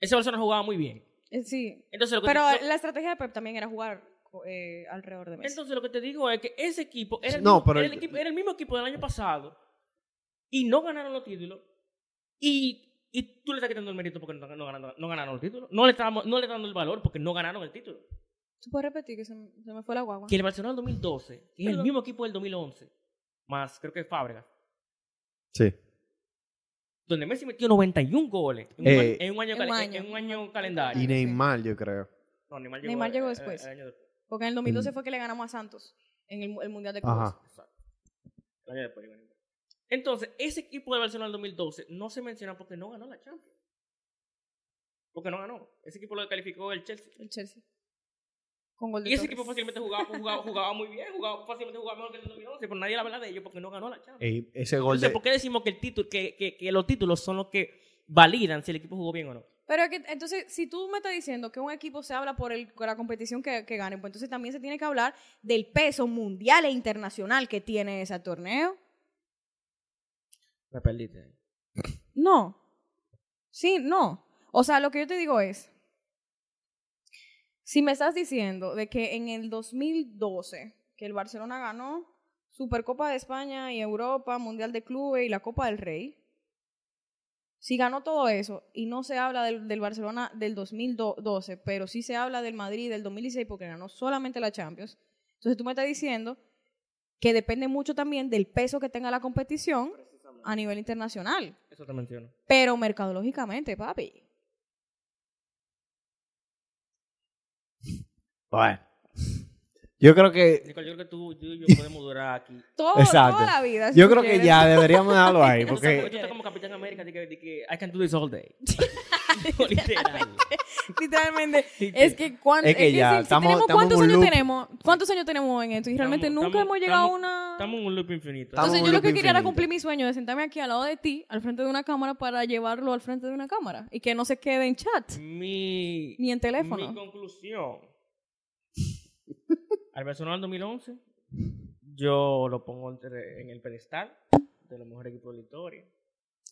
Ese Barcelona jugaba muy bien.
Eh, Sí,
Entonces lo que
Pero
te, lo-
la estrategia de Pep también era jugar eh, alrededor de Messi.
entonces lo que te digo es que ese equipo era el,
No,
mismo,
pero-
era el equipo era el mismo equipo del año pasado y no ganaron los títulos. Y, y tú le estás quitando el mérito porque no, no ganaron, no ganaron los títulos. No le, estamos, no le estás dando el valor porque no ganaron el título.
¿Tú puedes repetir que se, me- se me fue la guagua?
que el Barcelona del 2012 que es el
Perdón.
mismo equipo del 2011, más creo que Fábregas,
Sí.
donde Messi metió 91 goles en,
Eh,
un, año- en un año, calen-
en un año.
en un año
Y
calendario.
sí.
Neymar, yo creo.
No, Neymar
Neymar llegó
eh,
después.
eh, el año después.
Porque en el 2012
Mm.
fue que le ganamos a Santos en el, mu- el Mundial de Clubes.
Ajá.
El año después llegó Neymar. Entonces, ese equipo del Barcelona del 2012 no se menciona porque no ganó la Champions. Porque no ganó. Ese equipo lo calificó el Chelsea.
El Chelsea. Con gol de
Y ese
Torres.
equipo fácilmente jugaba, jugaba, jugaba muy bien, jugaba, fácilmente jugaba mejor que el del 2011, pero nadie la habla de ellos porque no ganó la Champions.
Ey, ese gol
Entonces,
de...
¿por qué decimos que, el título, que, que, que los títulos son los que validan si el equipo jugó bien o no?
Pero es que, entonces, si tú me estás diciendo que un equipo se habla por, el, por la competición que, que gane, pues entonces también se tiene que hablar del peso mundial e internacional que tiene ese torneo.
Me perdiste.
No. Sí, no. O sea, lo que yo te digo es, si me estás diciendo de que en el 2012, que el Barcelona ganó Supercopa de España y Europa, Mundial de Clubes y la Copa del Rey, si ganó todo eso y no se habla del, del Barcelona del 2012, pero sí se habla del Madrid del 2016 porque ganó solamente la Champions, entonces tú me estás diciendo que depende mucho también del peso que tenga la competición a nivel internacional.
Eso te menciono.
Pero mercadológicamente, papi.
Bueno. Yo creo que.
Nicole, yo creo que tú, tú y yo podemos durar aquí.
Todo,
Exacto.
toda la vida. si
Yo
tú
creo que
quieres.
ya deberíamos dejarlo ahí.
Tú sabes, Porque
Porque.
tú estás como Capitán América, de que, de que I can do this all day. Literal.
Literalmente.
Es que, cuan-
Es
es
que
que
ya,
si- si
estamos-
tenemos-
estamos en
¿cuántos
un
años
loop.
tenemos? ¿Cuántos años tenemos en esto? Y realmente
Estamos-
nunca hemos
estamos-
llegado
estamos-
a una...
Estamos en un loop infinito.
Estamos
Entonces
en
yo
un
lo que
loop
quería era
infinito.
cumplir mi sueño de sentarme aquí al lado de ti, al frente de una cámara, para llevarlo al frente de una cámara y que no se quede en chat
mi,
ni en teléfono.
mi conclusión. Al personal 2011, yo lo pongo entre- en el pedestal de los mejores equipos de la historia.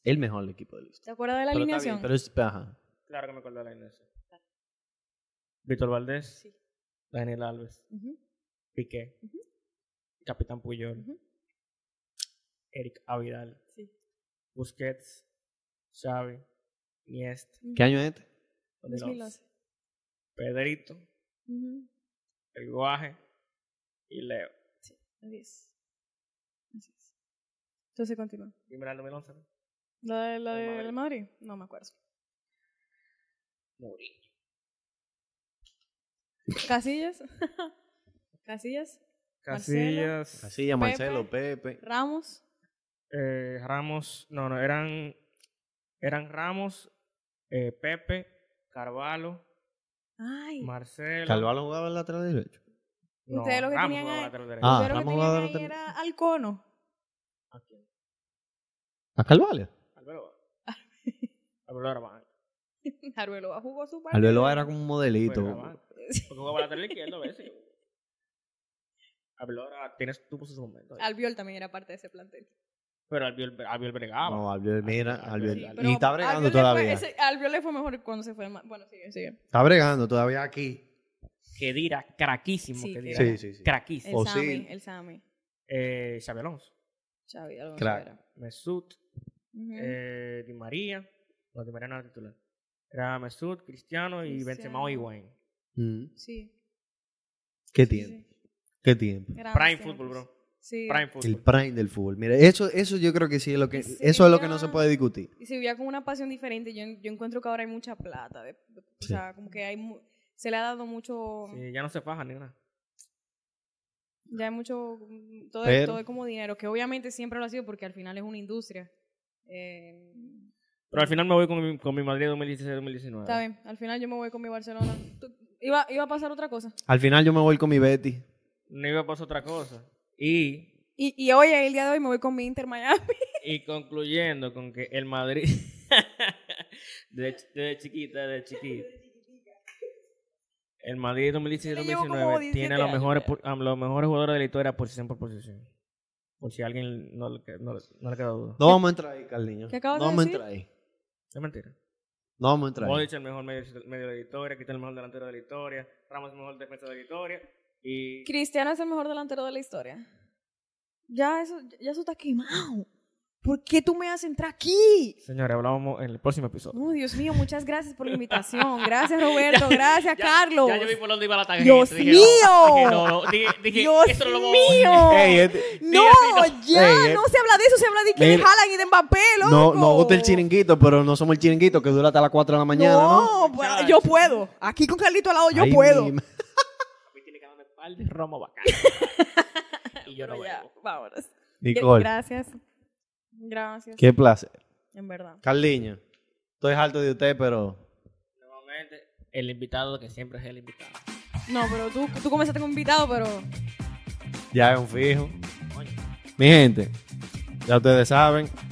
El mejor equipo de la historia.
¿Te acuerdas de la
Pero está
alineación?
bien, pero es. Ajá.
Claro que me acuerdo de la Inés. Víctor Valdés, Daniel Alves,
Ujú.
Piqué, Capitán Puyol, Eric Avidal,
Sí.
Busquets, Xavi, Niest,
¿Qué año es este?
2011.
Pedrito,
Ujú.
El Guaje y Leo.
Así es. Así es. Entonces continúa.
Y mira el 2011, ¿no?
¿La de, la
Del
de
Madrid.
del Madrid? No me acuerdo.
Mourinho.
Casillas. Casillas. Marcelo.
Casillas,
Casilla, Marcelo, Pepe.
Ramos.
eh, Ramos, no, no, eran, eran Ramos, eh, Pepe, Carvalho,
Ay.
Marcelo.
Carvalho jugaba el lateral derecho.
no, pues
Ustedes lo que
Ramos
tenían
jugaba
ahí-
lateral derecho.
Ah,
Ustedes lo que
Ramos
tenían
va a
ahí
dar-
era al cono.
¿A quién?
¿A Carvalho?
Alberoa. Alberoa era banca.
Arbeloa jugó su parte.
Albeloa era como un
Bueno, era
modelito.
banca. Porque jugaba lateral izquierdo a veces. Alberoa tienes tuvo sus momentos. ahí.
Albiol también era parte de ese plantel.
Pero Albiol, Albiol bregaba.
No, Albiol, mira,
Albiol,
Albiol.
Sí,
Y está bregando
Albiol le fue-
todavía.
ese- Albiol le fue mejor cuando se fue. al Ma- Bueno, sigue, sigue.
Está bregando todavía aquí.
Que dirá, craquísimo.
Sí,
que dirá.
Sí, sí, sí.
El
Craquísimo.
O
Sami,
Oh, sí.
el Sami.
Eh, Xabi Alonso.
Xavi Alonso
Crack.
era.
Mesut.
Ujú.
eh, Di María. No, Di María no era titular. Era Mesut, Cristiano y
Cristiano.
Benzema o Higuaín.
Mm.
sí.
¿Qué
sí,
tiempo? ¿Qué tiempo?
sí. Grandes
Prime
tiempos.
fútbol, bro.
Ah, Sí.
Prime
El
fútbol.
prime del fútbol. Mira, eso, eso yo creo que sí es lo que,
Y se
eso es lo que no
veía-
se puede discutir.
Y se vivía con una pasión diferente. Yo, yo encuentro que ahora hay mucha plata. de- de- O
Sí.
sea, como que hay mu- se le ha dado mucho.
Sí, ya no se faja ni nada.
Ya hay mucho, mm, todo,
Pero-
todo es como dinero, que obviamente siempre lo ha sido porque al final es una industria. Eh,
Pero al final me voy con mi, con mi Madrid
Ah.
2016-2019.
está bien, al final yo me voy con mi Barcelona. Tú- Iba, iba a pasar otra cosa.
Al final yo me voy con mi Betty.
No iba a pasar otra cosa. Y
Y, y oye, el día de hoy me voy con mi Inter Miami.
Y concluyendo con que el Madrid. desde, desde chiquita, desde chiquita. El Madrid
le llevo como
2016-2019
17
tiene los
años,
mejores, pu- a los mejores jugadores de la historia posición por posición. Por si a alguien no le, que- no, le- no le queda duda.
No vamos a entrar ahí, Carliño.
¿Qué acabas
no
de
vamos
decir?
a entrar ahí.
Es mentira.
No vamos a entrar ahí.
Modric el mejor medio, medio de la historia, Quita el mejor delantero de la historia, Ramos el mejor defensa de la historia y
Cristiano es el mejor delantero de la historia. Ya eso, ya eso está quemado. ¿Por qué tú me haces entrar aquí?
señores, hablamos en el próximo episodio.
Oh, Dios mío, muchas gracias por la invitación. Gracias, Roberto. Gracias, Carlos.
Ya yo vi por dónde iba la tarjeta.
¡Dios
dije, no,
mío!
dije, no, no, dije, dije,
Dios
eso no lo voy a-
mío.
Ey, este-
No, ya,
Ey, eh.
no se habla de eso, se habla de que le
Mira.
jalan y de Mbappé, loco.
no, no gusta el chiringuito, pero no somos el chiringuito que dura hasta las 4 de la mañana, ¿no?
No, pues, yo puedo. Aquí con Carlito al lado yo
Ay,
puedo.
mi ma-
mí tiene que darme par de romo bacano. y yo no
Pero ya,
bebo.
vámonos.
Nicole,
Gracias. Gracias,
qué placer.
en verdad.
Carliño, estoy harto de usted, pero
Nuevamente, el invitado que siempre es el invitado.
No, pero tú, tú comenzaste con invitado, pero
ya es un fijo.
Coño.
Mi gente, ya ustedes saben,